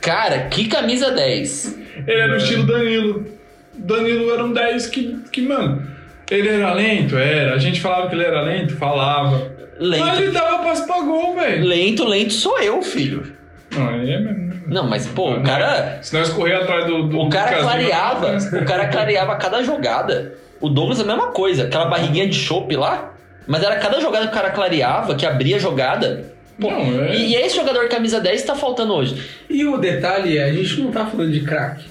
C: Cara, que camisa 10.
A: Ele era do estilo Danilo. Danilo era um 10 que, que, mano, ele era lento? Era. A gente falava que ele era lento? Falava. Mas
C: Lento,
A: ele dava passe pra gol, velho.
C: lento, lento sou eu, filho.
A: Não, ele é mesmo. né?
C: Não, mas pô, o cara,
A: Se nós correr atrás do, do
C: o
A: do
C: cara
A: Casimiro,
C: clareava,
A: nós-
C: o cara clareava cada jogada. O Douglas é a mesma coisa, aquela barriguinha de chope lá, mas era cada jogada que o cara clareava, que abria a jogada. Pô,
A: Não, é-
C: E, e é esse jogador camisa 10 que tá faltando hoje.
B: E o detalhe é, a gente não tá falando de craque.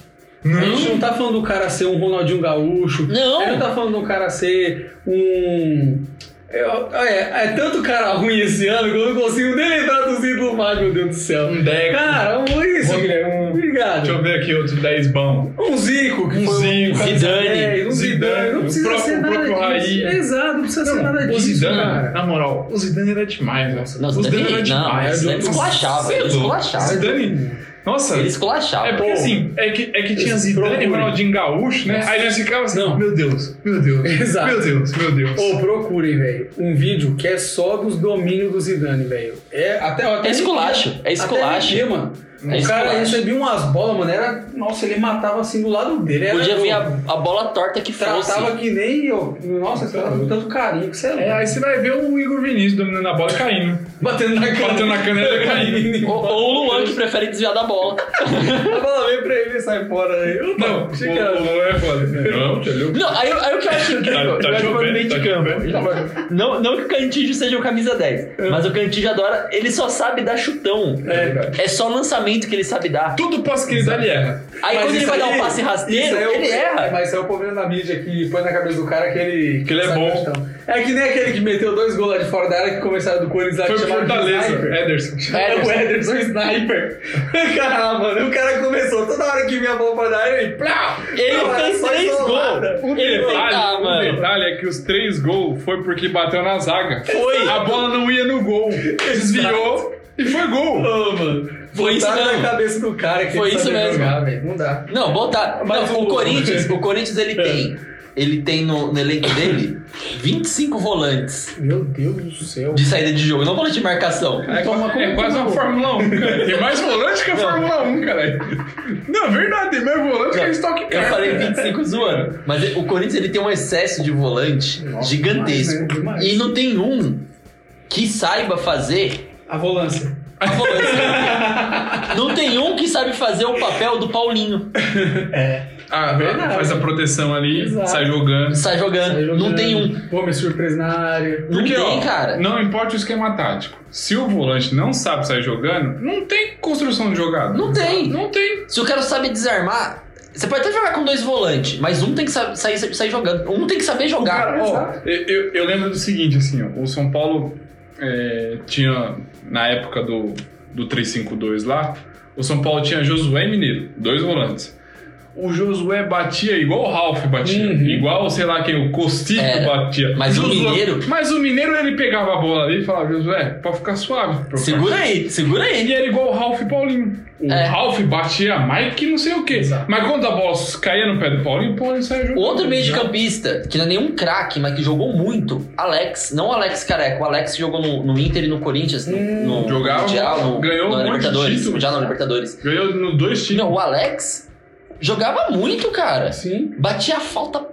B: A gente não tá falando do cara ser um Ronaldinho Gaúcho.
C: Não.
B: A gente não tá falando do cara ser um... Eu- é, é tanto cara ruim esse ano que eu não consigo nem lembrar dos ídolos mais, meu Deus do céu.
A: Um Deco.
B: Cara, um isso.
A: Vou-
B: Guilherme.
A: Deixa
B: Obrigado.
A: eu ver aqui outro 10 bom.
B: Um Zico. Que
A: Um
B: foi
A: Zico.
B: camisa
C: Zidane.
B: 10, Um Zidane.
A: Zidane,
B: Não
A: o
B: precisa
A: próprio-
B: ser
A: o
B: nada
A: próprio
B: disso.
A: Raí.
B: Exato, não precisa ser nada
A: o
B: disso,
A: Zidane,
B: cara.
A: na moral, o Zidane era demais, nossa.
C: Não,
A: o Zidane
C: Zidane-
A: era
C: não, o
A: demais.
C: Zidane
A: Nossa,
C: esculachava,
A: cê é
C: ele
A: louco.
C: esculachava.
A: Zidane, nossa.
C: Ele esculachava.
A: É porque assim, é que, é que tinha Zidane e
B: Procure.
A: Ronaldinho Gaúcho, né? Aí nós ficávamos assim,
B: Não.
A: meu Deus, meu Deus,
B: Exato.
A: meu Deus, meu Deus.
B: Ou procurem, velho, um vídeo que é só dos domínios do Zidane, velho. É até, até
C: É esculacho,
B: arrepia.
C: é esculacho.
B: Até arrepia, mano. o
C: É
B: cara
C: esculacho.
B: recebia umas bolas, mano. Era, nossa, ele matava assim do lado dele. Era,
C: Podia vir a,
B: eu-
C: a bola torta que fosse.
B: Tratava que nem eu. Nossa, você tava com tanto carinho que você é
A: É,
B: louco.
A: aí você vai ver o Igor Vinícius dominando a bola e caindo.
B: Batendo na caneta.
A: Batendo na caneta e caindo.
C: Ou, ou o Luan que prefere desviar da bola.
B: A bola vem pra ele e sai fora. aí. Eu
A: Não, o,
B: achei que era-
A: o Lula é foda. Não, você viu?
C: Não, aí, aí o que eu acho incrível,
A: Tá- tá
C: eu acho que foi no
A: chovendo,
C: meio
A: tá
C: de campo.
A: chovendo.
C: Não, não que o Cantígio seja o camisa 10, mas o Cantígio adora, ele só sabe dar chutão.
A: É.
C: É, só lançamento que ele sabe dar.
A: Tudo posso que ele dá, ele erra.
C: Aí
B: Mas
C: quando ele
B: isso
C: vai dar
B: aí-
C: um passe
B: isso
C: rasteiro,
B: aí é o-
C: ele erra.
B: Mas isso é o problema da mídia que põe na cabeça do cara que ele.
A: Que ele é
B: sabe
A: bom.
B: questão. É que nem aquele que meteu dois gols lá de fora da área que começaram do Corinthians lá
A: Foi
B: que
A: pro
B: chamaram de
A: Fortaleza,
B: sniper.
A: Ederson.
B: É o Ederson Sniper. Caramba, mano, o cara começou toda hora que vinha a bola pra dar, ele. Plá!
C: Ele
B: Plá,
C: fez
B: só
C: três gols.
B: isolada.
A: O
C: Ele tem que
A: detalhe,
C: dar,
A: o
C: mano.
A: detalhe é que os três gols foi porque bateu na zaga.
C: Foi.
A: A bola não ia no gol. Desviou e foi gol.
B: Ô, mano.
C: Foi isso
B: Tá
C: mesmo.
B: na cabeça do cara que
C: Foi
B: ele
C: isso
B: sabe
C: mesmo.
B: jogar, velho. Não dá.
C: Não, botar.
B: Mas
C: não, o, É.
B: o-
C: Corinthians, o Corinthians ele tem, ele tem no, no elenco dele 25 volantes
B: Meu Deus do céu.
C: de saída de jogo, não volante de marcação.
A: É,
B: Toma,
A: qua-
B: como
A: é
B: que
A: quase
B: não?
A: uma Fórmula 1, cara. Tem mais volante que a Fórmula 1, cara. Não, é verdade, tem mais volante que a Stock
C: Eu
A: Car.
B: É.
C: falei 25 zoando. Mas o Corinthians ele tem um excesso de volante
B: Nossa,
C: gigantesco.
B: demais, né? Demais.
C: E não tem um que saiba fazer
B: A volância.
C: a volância. não tem um que sabe fazer o papel do Paulinho.
B: É,
A: Ah,
B: Verdade.
A: faz a proteção ali,
B: Exato.
A: sai jogando.
C: Sai jogando.
B: Sai jogando.
C: Não tem um.
B: Pô, me surpresa na área.
C: Não
A: Porque,
C: tem,
A: ó,
C: cara.
A: não importa o esquema tático. Se o volante não sabe sair jogando, não tem construção de jogada.
C: Não tem.
A: Não tem.
C: Se o cara sabe desarmar. Você pode até jogar com dois volantes, mas um tem que sa- sair, sair jogando. Um tem que saber jogar.
A: Cara, ó, eu, eu- eu lembro do seguinte, assim, ó, o São Paulo é, tinha, na época do, do 352 lá, o São Paulo tinha Josué e Mineiro, dois volantes. O Josué batia igual o Ralf batia,
B: Uhum.
A: igual, sei lá quem, o Costinho
C: Era.
A: batia.
C: É, Mas o
A: Josué-
C: Mineiro-
A: Mas o Mineiro, ele pegava a bola ali e falava, Josué, pode ficar suave.
B: é
A: papai."
C: segura aí, segura aí.
A: E era igual o Ralf e Paulinho. O
C: É.
A: Ralf batia mais que não sei o quê.
B: Exato.
A: Mas quando a bola caía no pé do Paulinho, o Paulinho saia jogando.
C: Outro meio de campista, que não é nenhum craque, mas que jogou muito, Alex, não o Alex Careca, o Alex que jogou no, no Inter e no Corinthians, no,
B: Hum.
C: no
A: Jogava,
C: Mundial, no,
A: ganhou um
C: na
A: monte de
C: Libertadores,
A: título.
C: Mundial na Libertadores.
A: Ganhou nos dois times.
C: Não, o Alex jogava muito, cara.
B: Sim.
C: Batia a falta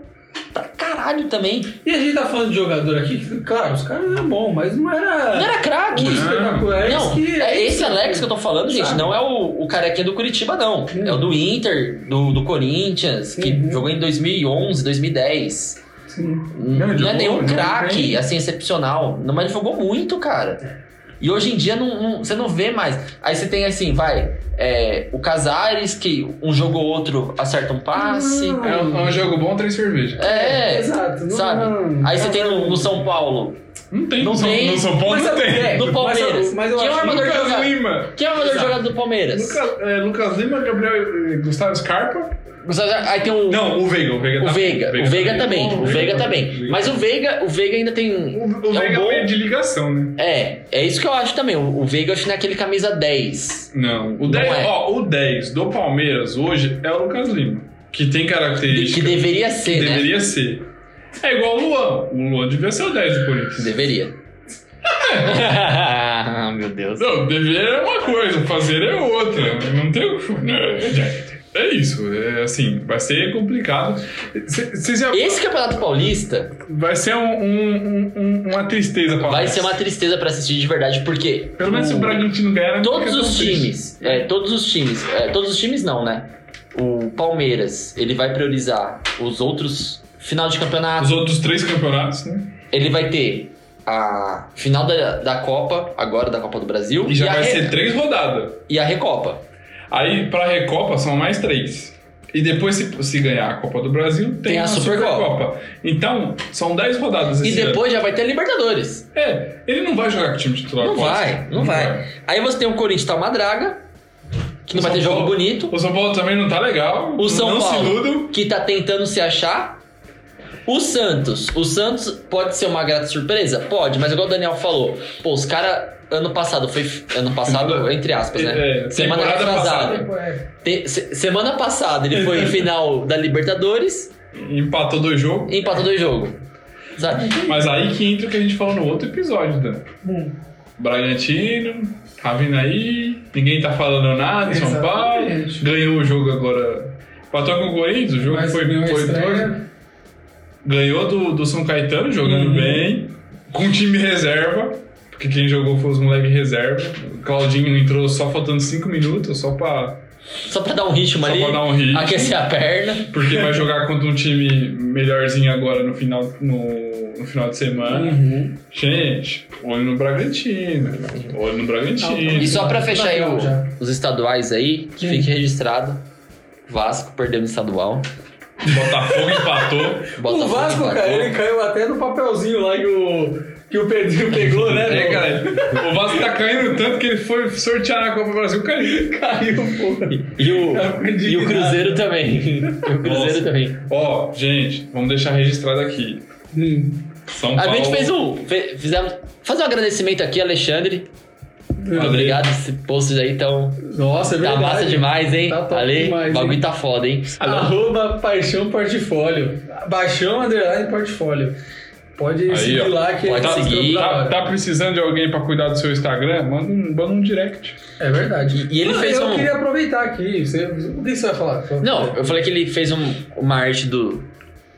C: pra caralho também.
B: E a gente tá falando de jogador aqui, que, cara, os caras eram bons, mas não era.
C: Não era craque.
B: muito
A: Não.
B: espetacular.
C: Não,
B: que-
C: é esse Alex que eu tô falando, gente,
B: Sabe?
C: não é o, o carequinha do Curitiba, não. É o do Inter, do, do Corinthians, que
B: Uhum.
C: jogou em 2011, 2010.
B: Sim.
C: Não,
A: jogou,
C: é nenhum
A: jogou
C: craque,
A: bem.
C: assim, excepcional. Não, mas ele jogou muito, cara. E hoje em dia não, não- você não vê mais. Aí você tem assim, vai, é, o Casares, que um jogo ou outro acerta um passe.
B: Não.
A: É um, é um jogo bom, três cervejas.
C: É,
B: Exato. não- um
C: sabe? Aí você tem no, no São Paulo.
A: Não tem.
C: Não
A: no, São-
C: tem.
A: no São Paulo
B: Mas
A: não
B: sabe o que
A: tem.
B: é?
C: No
B: mas
C: Palmeiras.
B: eu- mas eu
C: Quem é o
B: acho-
C: armador
A: Lucas
C: jogado?
A: Lima.
C: Quem é o melhor
B: Exato.
C: jogado do Palmeiras?
A: Lucas, é, Lucas Lima, Gabriel eh, Gustavo Scarpa.
C: Aí tem o,
A: Não, o Veiga. O Veiga,
C: o
A: tá-
C: Veiga. O Veiga
A: tá
C: também.
A: bom.
C: O Veiga também.
A: Veiga.
C: Mas o Veiga, o Veiga ainda tem.
A: O, o
C: é um
A: Veiga
C: bom-
A: é de ligação, né?
C: É, é isso que eu acho também. O, o Veiga eu acho naquele camisa 10.
A: Não. O
C: Não
A: 10,
C: é.
A: ó, o 10 do Palmeiras hoje é o Lucas Lima. que tem
C: Que
A: característica que
C: deveria ser, né?
A: deveria ser. É igual o Luan. O Luan devia ser o 10 do Corinthians.
C: Deveria. Ah, Meu Deus.
A: Não, dever é uma coisa, fazer é outra. Não tem o que. É isso, é assim, vai ser complicado. C- Vocês já-
C: Esse Campeonato Paulista
A: Vai ser um- um- um- uma tristeza pra
C: vai
A: nós.
C: ser uma tristeza pra assistir de verdade, porque
A: Pelo menos se o Bragantino ganhar, não
C: todos
A: fica tão
C: os
A: triste.
C: times, é, todos os times, é, todos os times não, né? O Palmeiras, ele vai priorizar os outros final de campeonato,
A: Os outros três campeonatos, né?
C: ele vai ter a final da, da Copa, agora da Copa do Brasil,
A: E já
C: a
A: vai
C: Re-
A: ser três rodadas.
C: e a Recopa.
A: Aí pra Recopa são mais três. E depois, se, se ganhar a Copa do Brasil, tem,
C: Tem a Supercopa.
A: Então, são dez rodadas
C: E
A: esse ano.
C: depois já vai ter a Libertadores.
A: É, ele não vai jogar com o time titular.
C: Não
A: eu acho.
C: vai, não vai. Aí você tem o Corinthians tá uma draga, que não vai ter jogo bonito,
A: O São Paulo também não tá legal.
C: O São
A: não
C: Paulo.
A: se iludam.
C: que tá tentando se achar. O Santos. O Santos pode ser uma grata surpresa? Pode, mas igual o Daniel falou, pô, os caras ano passado, foi. Ano passado,
A: Semana-
C: entre aspas, né?
A: É,
C: Semana
A: temporada
C: atrasada.
A: passada,
B: É,
C: Te- se- semana passada ele foi em final da Libertadores
A: Empatou dois jogos.
C: e empatou dois jogos. Sabe?
A: Mas aí que entra o que a gente falou no outro episódio, Dan.
B: um.
D: Hum.
A: Bragantino, tá vindo aí, ninguém tá falando nada, em São Paulo.
D: Exatamente.
A: Ganhou o jogo agora. Empatou com o Corinthians, o jogo
D: Mas
A: foi,
D: ganhou a
A: foi
B: é
A: né?
D: estreia.
A: dois. Ganhou do, do São Caetano, jogando
D: Uhum.
A: bem, com time reserva, porque quem jogou foi os moleques reserva. O Claudinho entrou só faltando 5 minutos, só pra,
C: Só pra dar um ritmo
A: só
C: ali,
A: pra dar um hit.
C: aquecer a perna.
A: Porque vai jogar contra um time melhorzinho agora no final, no, no final de semana.
C: Uhum.
B: Uhum.
A: Gente, olho no Bragantino. Olho no Bragantino.
C: E só pra fechar aí o-
D: Já.
C: os estaduais aí, que fique registrado. Vasco perdeu no estadual.
A: Botafogo empatou.
C: Botafogo
B: o Vasco,
C: empatou.
B: cara, ele caiu até no papelzinho lá que o, que o Pedrinho pegou, né?
A: É,
B: meu?
A: cara. O Vasco tá caindo tanto que ele foi sortear na Copa do Brasil caiu.
B: Caiu, pô.
C: E o,
B: acredito
C: e o Cruzeiro também. E o Cruzeiro
A: Nossa.
C: também.
A: Ó, gente, vamos deixar registrado aqui.
B: Hum.
A: São
C: A
A: Paulo.
C: gente fez um. fe- Fizemos, fazer um agradecimento aqui, Alexandre. Muito obrigado. Esse post aí tão.
B: Nossa, é
C: Tá
B: verdade.
C: massa demais, hein?
B: Tá top
C: Ale,
B: demais,
C: o bagulho
B: hein?
C: tá foda, hein?
B: Arroba Paixão Portfólio. Paixão Underline Portfólio. Pode
A: Aí,
B: seguir
A: ó.
B: lá que
C: Pode
B: tá
C: seguir.
B: da
A: Tá,
B: hora.
A: tá precisando de alguém pra cuidar do seu Instagram? Manda um, manda um direct.
B: É verdade.
C: E ele
B: Não,
C: fez
B: eu
C: um-
B: queria aproveitar aqui. Você, o que você vai falar?
C: Não, eu falei que ele fez um- uma arte do,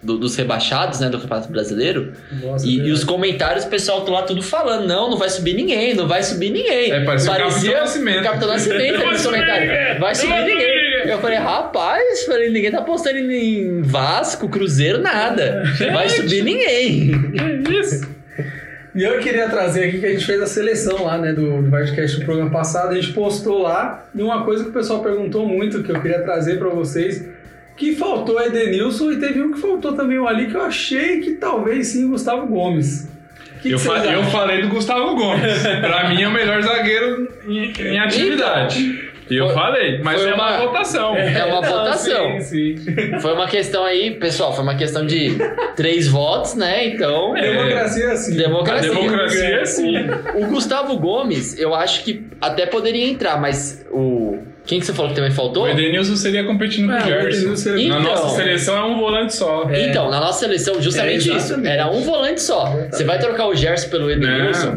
C: do- dos rebaixados, né? Do Campeonato Brasileiro.
B: Nossa,
C: E,
B: verdade.
C: e os comentários, o pessoal tá lá tudo falando: não, não vai subir ninguém, não vai subir ninguém.
A: É, parecia o Capitão Nascimento.
C: Capitão Nascimento
A: Não vai
C: nos
A: subir
C: comentários.
A: ninguém,
C: Vai
A: não
C: subir
A: vai subir
C: ninguém.
A: ninguém.
C: Eu falei, rapaz, falei, ninguém tá postando em Vasco, Cruzeiro, nada.
A: É.
C: Vai subir ninguém.
B: E eu queria trazer aqui que a gente fez a seleção lá, né, do, do podcast do programa passado. A gente postou lá e uma coisa que o pessoal perguntou muito, que eu queria trazer pra vocês, que faltou é Edenilson e teve um que faltou também um ali que eu achei que talvez sim, Gustavo Gomes. Que
A: eu,
B: que
A: fa-
B: vocês
A: eu
B: acham?
A: falei do Gustavo Gomes. pra mim é o melhor zagueiro em, em atividade. E eu
C: Foi-
A: falei, mas
C: foi
A: é uma,
C: uma-
A: votação.
C: É uma
B: Não,
C: votação.
B: Sim, sim.
C: Foi uma questão aí, pessoal, foi uma questão de três votos, né? Então.
B: Democracia é assim.
A: A
C: Democracia.
A: democracia é assim.
C: O Gustavo Gomes, eu acho que até poderia entrar, mas o. Quem que você falou que também faltou?
A: O Edenilson seria competindo com
B: É,
A: o
B: o
A: Gerson.
B: Edenilson seria-
A: Na
C: Então.
A: nossa seleção é um volante só.
C: Então, na nossa seleção, justamente
B: É,
C: isso.
B: exatamente.
C: Era um volante só. Você vai trocar o Gerson pelo
A: Né,
C: Edenilson?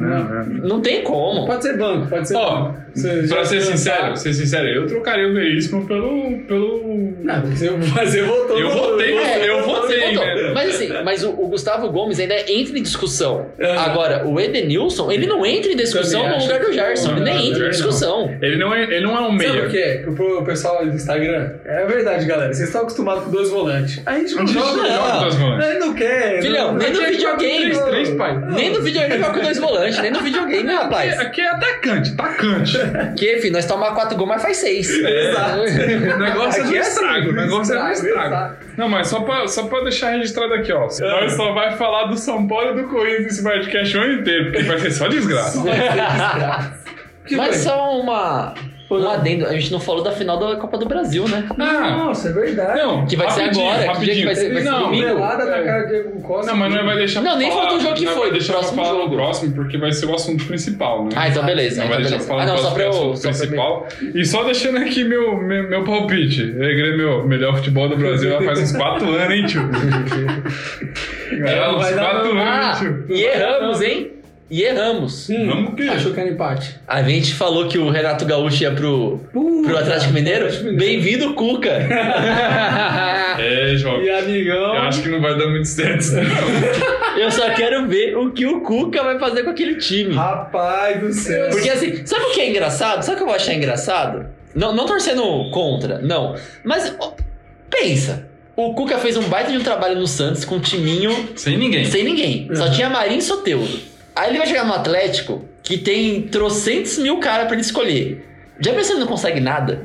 C: Não, tem como.
B: Pode ser banco, pode ser
A: Ó,
B: banco. Você já tá-
A: pra ser
B: pensou?
A: sincero, ser sincero, eu trocaria o Veríssimo pelo. pelo...
B: Não, você- mas você votou.
A: Eu
B: no-
A: votei, eu votei,
C: Então,
A: né?
C: Mas assim, mas o, o Gustavo Gomes ainda entra em discussão.
B: É.
C: Agora, o Edenilson, ele não entra em discussão
B: Também
C: no
B: acho
C: lugar do
B: que não,
C: Gerson. Ele
A: não,
C: nem
A: não,
C: entra em
A: não.
C: discussão.
A: Ele não é, ele não é um
B: Sabe
A: meia.
B: o que é? O pro- o pessoal do Instagram? É verdade, galera. Vocês estão acostumados com dois volantes. A gente não
A: gente
B: joga,
A: não joga com dois volantes.
B: A gente não quer.
C: Filhão,
B: não,
C: nem
B: a
C: no
B: gente joga com
C: videogame.
B: três,
A: Três,
B: três,
A: pai.
C: Nem no videogame joga com dois volantes, nem no videogame, rapaz.
A: Aqui é atacante, atacante.
C: é Porque, filho, nós tomamos quatro gols, mas faz seis.
B: Exato.
A: O negócio é do
B: Aqui é
A: estrago. O
B: assim,
A: negócio é do
B: estrago,
A: estrago.
B: exato.
A: Não, mas só pra, só pra deixar registrado aqui, ó.
B: É.
A: Nós só vai falar do São Paulo e do Corinthians nesse podcast o ano inteiro, porque vai ser só desgraça.
B: Vai ser desgraça. Que
C: Mas
B: foi?
C: só uma, Um adendo, a gente não falou da final da Copa do Brasil, né?
A: Ah,
D: Nossa, é verdade.
A: não.
C: Que vai ser
A: rapidinho,
C: agora, que dia que
A: Rapidinho.
C: vai ser? Vai ser
A: não,
C: domingo?
D: Pelada na
A: é.
D: cara de Diego Costa.
A: Não, mas não é vai deixar
C: Não,
A: pra
C: nem
A: falar,
C: falou do jogo que
A: não
C: foi,
A: Vai deixar pra
C: próximo
A: falar
C: jogo.
A: no próximo, porque vai ser o assunto principal, né?
C: Ah, então beleza.
A: Não
C: então
A: vai deixar
C: beleza.
A: pra falar
C: ah,
A: no
C: não, só pra
A: próximo,
C: eu.
A: assunto principal. E só deixando aqui meu, meu, meu palpite. É, Grêmio, melhor futebol do Brasil já faz uns 4 anos, hein, tio?
B: É,
A: É,
B: não
A: uns
B: vai dar
A: 4
C: Ah,
A: anos, tio.
C: e erramos, hein? E erramos.
B: Hum,
A: Vamos que-
B: Achou que era empate.
C: A gente falou que o Renato Gaúcho ia pro, pro Atlético Mineiro. Bem-vindo, Cuca!
A: É, jovem.
B: E amigão.
A: Eu acho que não vai dar muito certo. isso, não.
C: Eu só quero ver o que o Cuca vai fazer com aquele time.
D: Rapaz do céu.
C: Porque assim, sabe o que é engraçado? Sabe o que eu vou achar engraçado? Não, não torcendo contra, não. Mas ó, pensa. O Cuca fez um baita de um trabalho no Santos com um timinho
A: Sem ninguém.
C: sem ninguém. Só
B: Uhum.
C: tinha Marinho e Soteudo. Aí ele vai chegar no Atlético, que tem trocentos mil caras pra ele escolher. Já pensou que ele não consegue nada?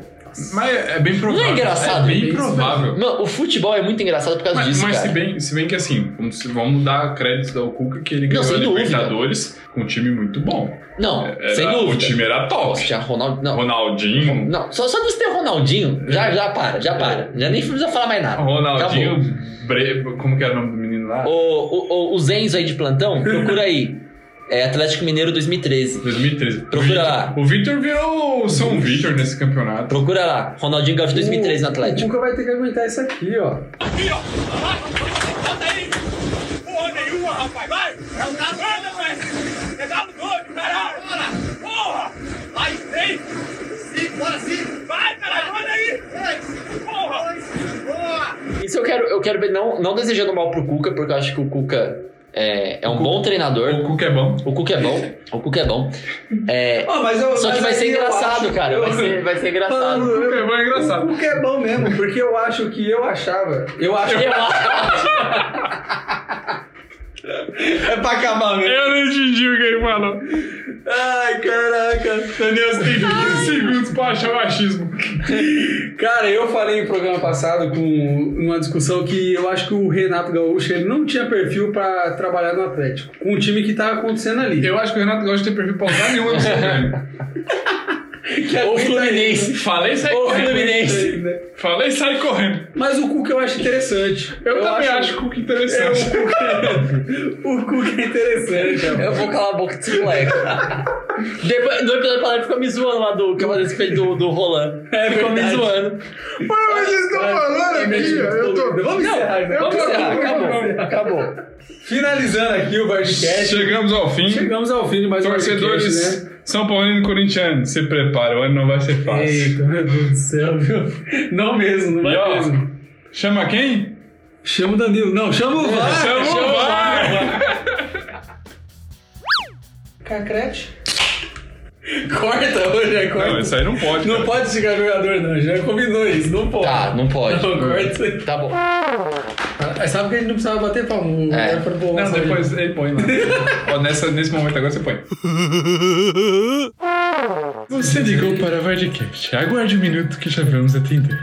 A: Mas é bem provável.
C: Não é engraçado?
A: É bem
B: Bem
A: provável.
C: Mano, o futebol é muito engraçado por causa
A: Mas,
C: disso,
A: mas se,
C: cara.
A: bem, se bem que assim, vamos, vamos dar crédito ao Cuca que ele
C: Não,
A: ganhou
C: sem
A: a
C: dúvida.
A: Libertadores com um time muito bom.
C: Não,
A: Era-
C: sem dúvida.
A: O time era
C: Nossa,
A: top.
C: tinha Ronaldo. Não,
A: Ronaldinho.
C: não. Só, só de ter o Ronaldinho, já, já para, já para. Já nem precisa falar mais nada.
A: É. Ronaldinho. Bre... Como que era o nome do menino lá?
C: O, o, o, o Zenzo aí de plantão, procura aí. É Atlético Mineiro 2013.
A: 2013.
C: Procura
A: O Vitor-
C: lá.
A: O Vitor virou o São Vitor nesse campeonato.
C: Procura lá, Ronaldinho Gaúcho 2013 no Atlético.
D: O Cuca vai ter que aguentar isso aqui, ó.
E: Porra nenhuma, rapaz! Vai! É o cara! Anda, velho! Pegava o tá doido, caralho! Bora! Porra! Mais três! Cinco, bora cinco! Vai, caralho! Manda aí! Seis! Porra! Boa!
C: Hum. Isso eu quero, eu quero ver, não, não desejando mal pro Cuca, porque eu acho que o Cuca é, é um bom treinador.
A: O Cuca é bom.
C: O Cuca é bom, o Cuca é bom. É,
B: Ah,
D: Ó, mas eu-
C: só que
D: mas
C: vai ser
D: aí eu
C: engraçado,
D: acho-
C: cara.
D: eu-
C: Vai ser, vai ser
D: Mano,
C: engraçado.
A: O Cuca
D: eu-
A: é bom, é engraçado.
D: O que é bom mesmo, porque eu acho que eu achava.
B: Eu acho que
C: Eu acho-
B: é pra acabar mesmo.
A: Eu não entendi o que ele falou.
B: Ai, caraca.
A: Daniel, você tem 15 segundos pra achar o achismo.
B: Cara, eu falei no programa passado com uma discussão que eu acho que o Renato Gaúcho ele não tinha perfil pra trabalhar no Atlético, com o time que tá acontecendo ali.
A: Eu acho que o Renato Gaúcho tem perfil pra lugar nenhum no seu Grêmio.
B: Que
C: Ou
B: aguenta
C: Fluminense.
A: Falei e sai
C: Ô,
A: correndo.
C: Fluminense.
B: ele, né?
A: Falei e sai correndo.
B: Mas o Cuca eu acho interessante.
A: Eu, também acho o Cuca interessante.
B: o Cuca é interessante. ó.
C: Eu vou calar a boca desse moleque. Depois, no episódio passado ele ficou me zoando lá do Cavaleiro Espelho do, do Roland.
B: É
C: ficou me
B: verdade.
C: zoando.
A: Mas é vocês estão
B: É,
A: falando aqui, ó, eu tô...
D: Vamos encerrar, né?
C: Vamos
A: tô-
C: encerrar,
A: eu tô-
C: acabou, acabou.
B: Finalizando aqui o podcast.
A: Chegamos ao fim. né?
B: Chegamos ao fim de mais um podcast,
A: Torcedores São Paulino e Corintiano, se prepara, o ano não vai ser
B: né?
A: fácil.
B: Eita, meu Deus do céu, viu? Não mesmo, não
A: E, ó,
B: vai mesmo.
A: Chama quem?
B: Chama o Danilo. Não, chama o VAR.
A: Chama o VAR!
D: Cacrete?
B: Corta hoje, é corta.
A: Não, isso aí não pode.
B: Não
A: cara.
B: pode xingar jogador, não. Já combinou isso. Não pode.
C: Tá, não pode.
B: Não, corta.
C: Tá bom.
B: Ah, Sabe que a gente não precisava bater palmo.
C: É.
B: era pra boa,
A: Não,
B: sabe?
A: depois ele põe lá. Ó, nessa, nesse momento agora você põe. Você ligou para a Vardcast. Aguarde um minuto que já vamos atender.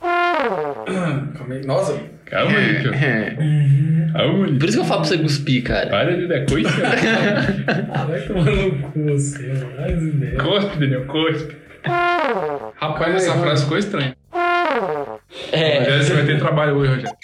B: Calma aí. Nossa.
A: Calma, Nico. Calma, Nico.
C: Por isso que eu falo pra você cuspir, cara.
A: Para de dar é coisa. né?
B: Ah, vai tomar no cu você, mano. Ai, ideia.
A: Cospe, Daniel, cospe. é Rapaz, essa frase ficou estranha.
C: É.
A: É. Rogério, você vai ter trabalho hoje, Rogério.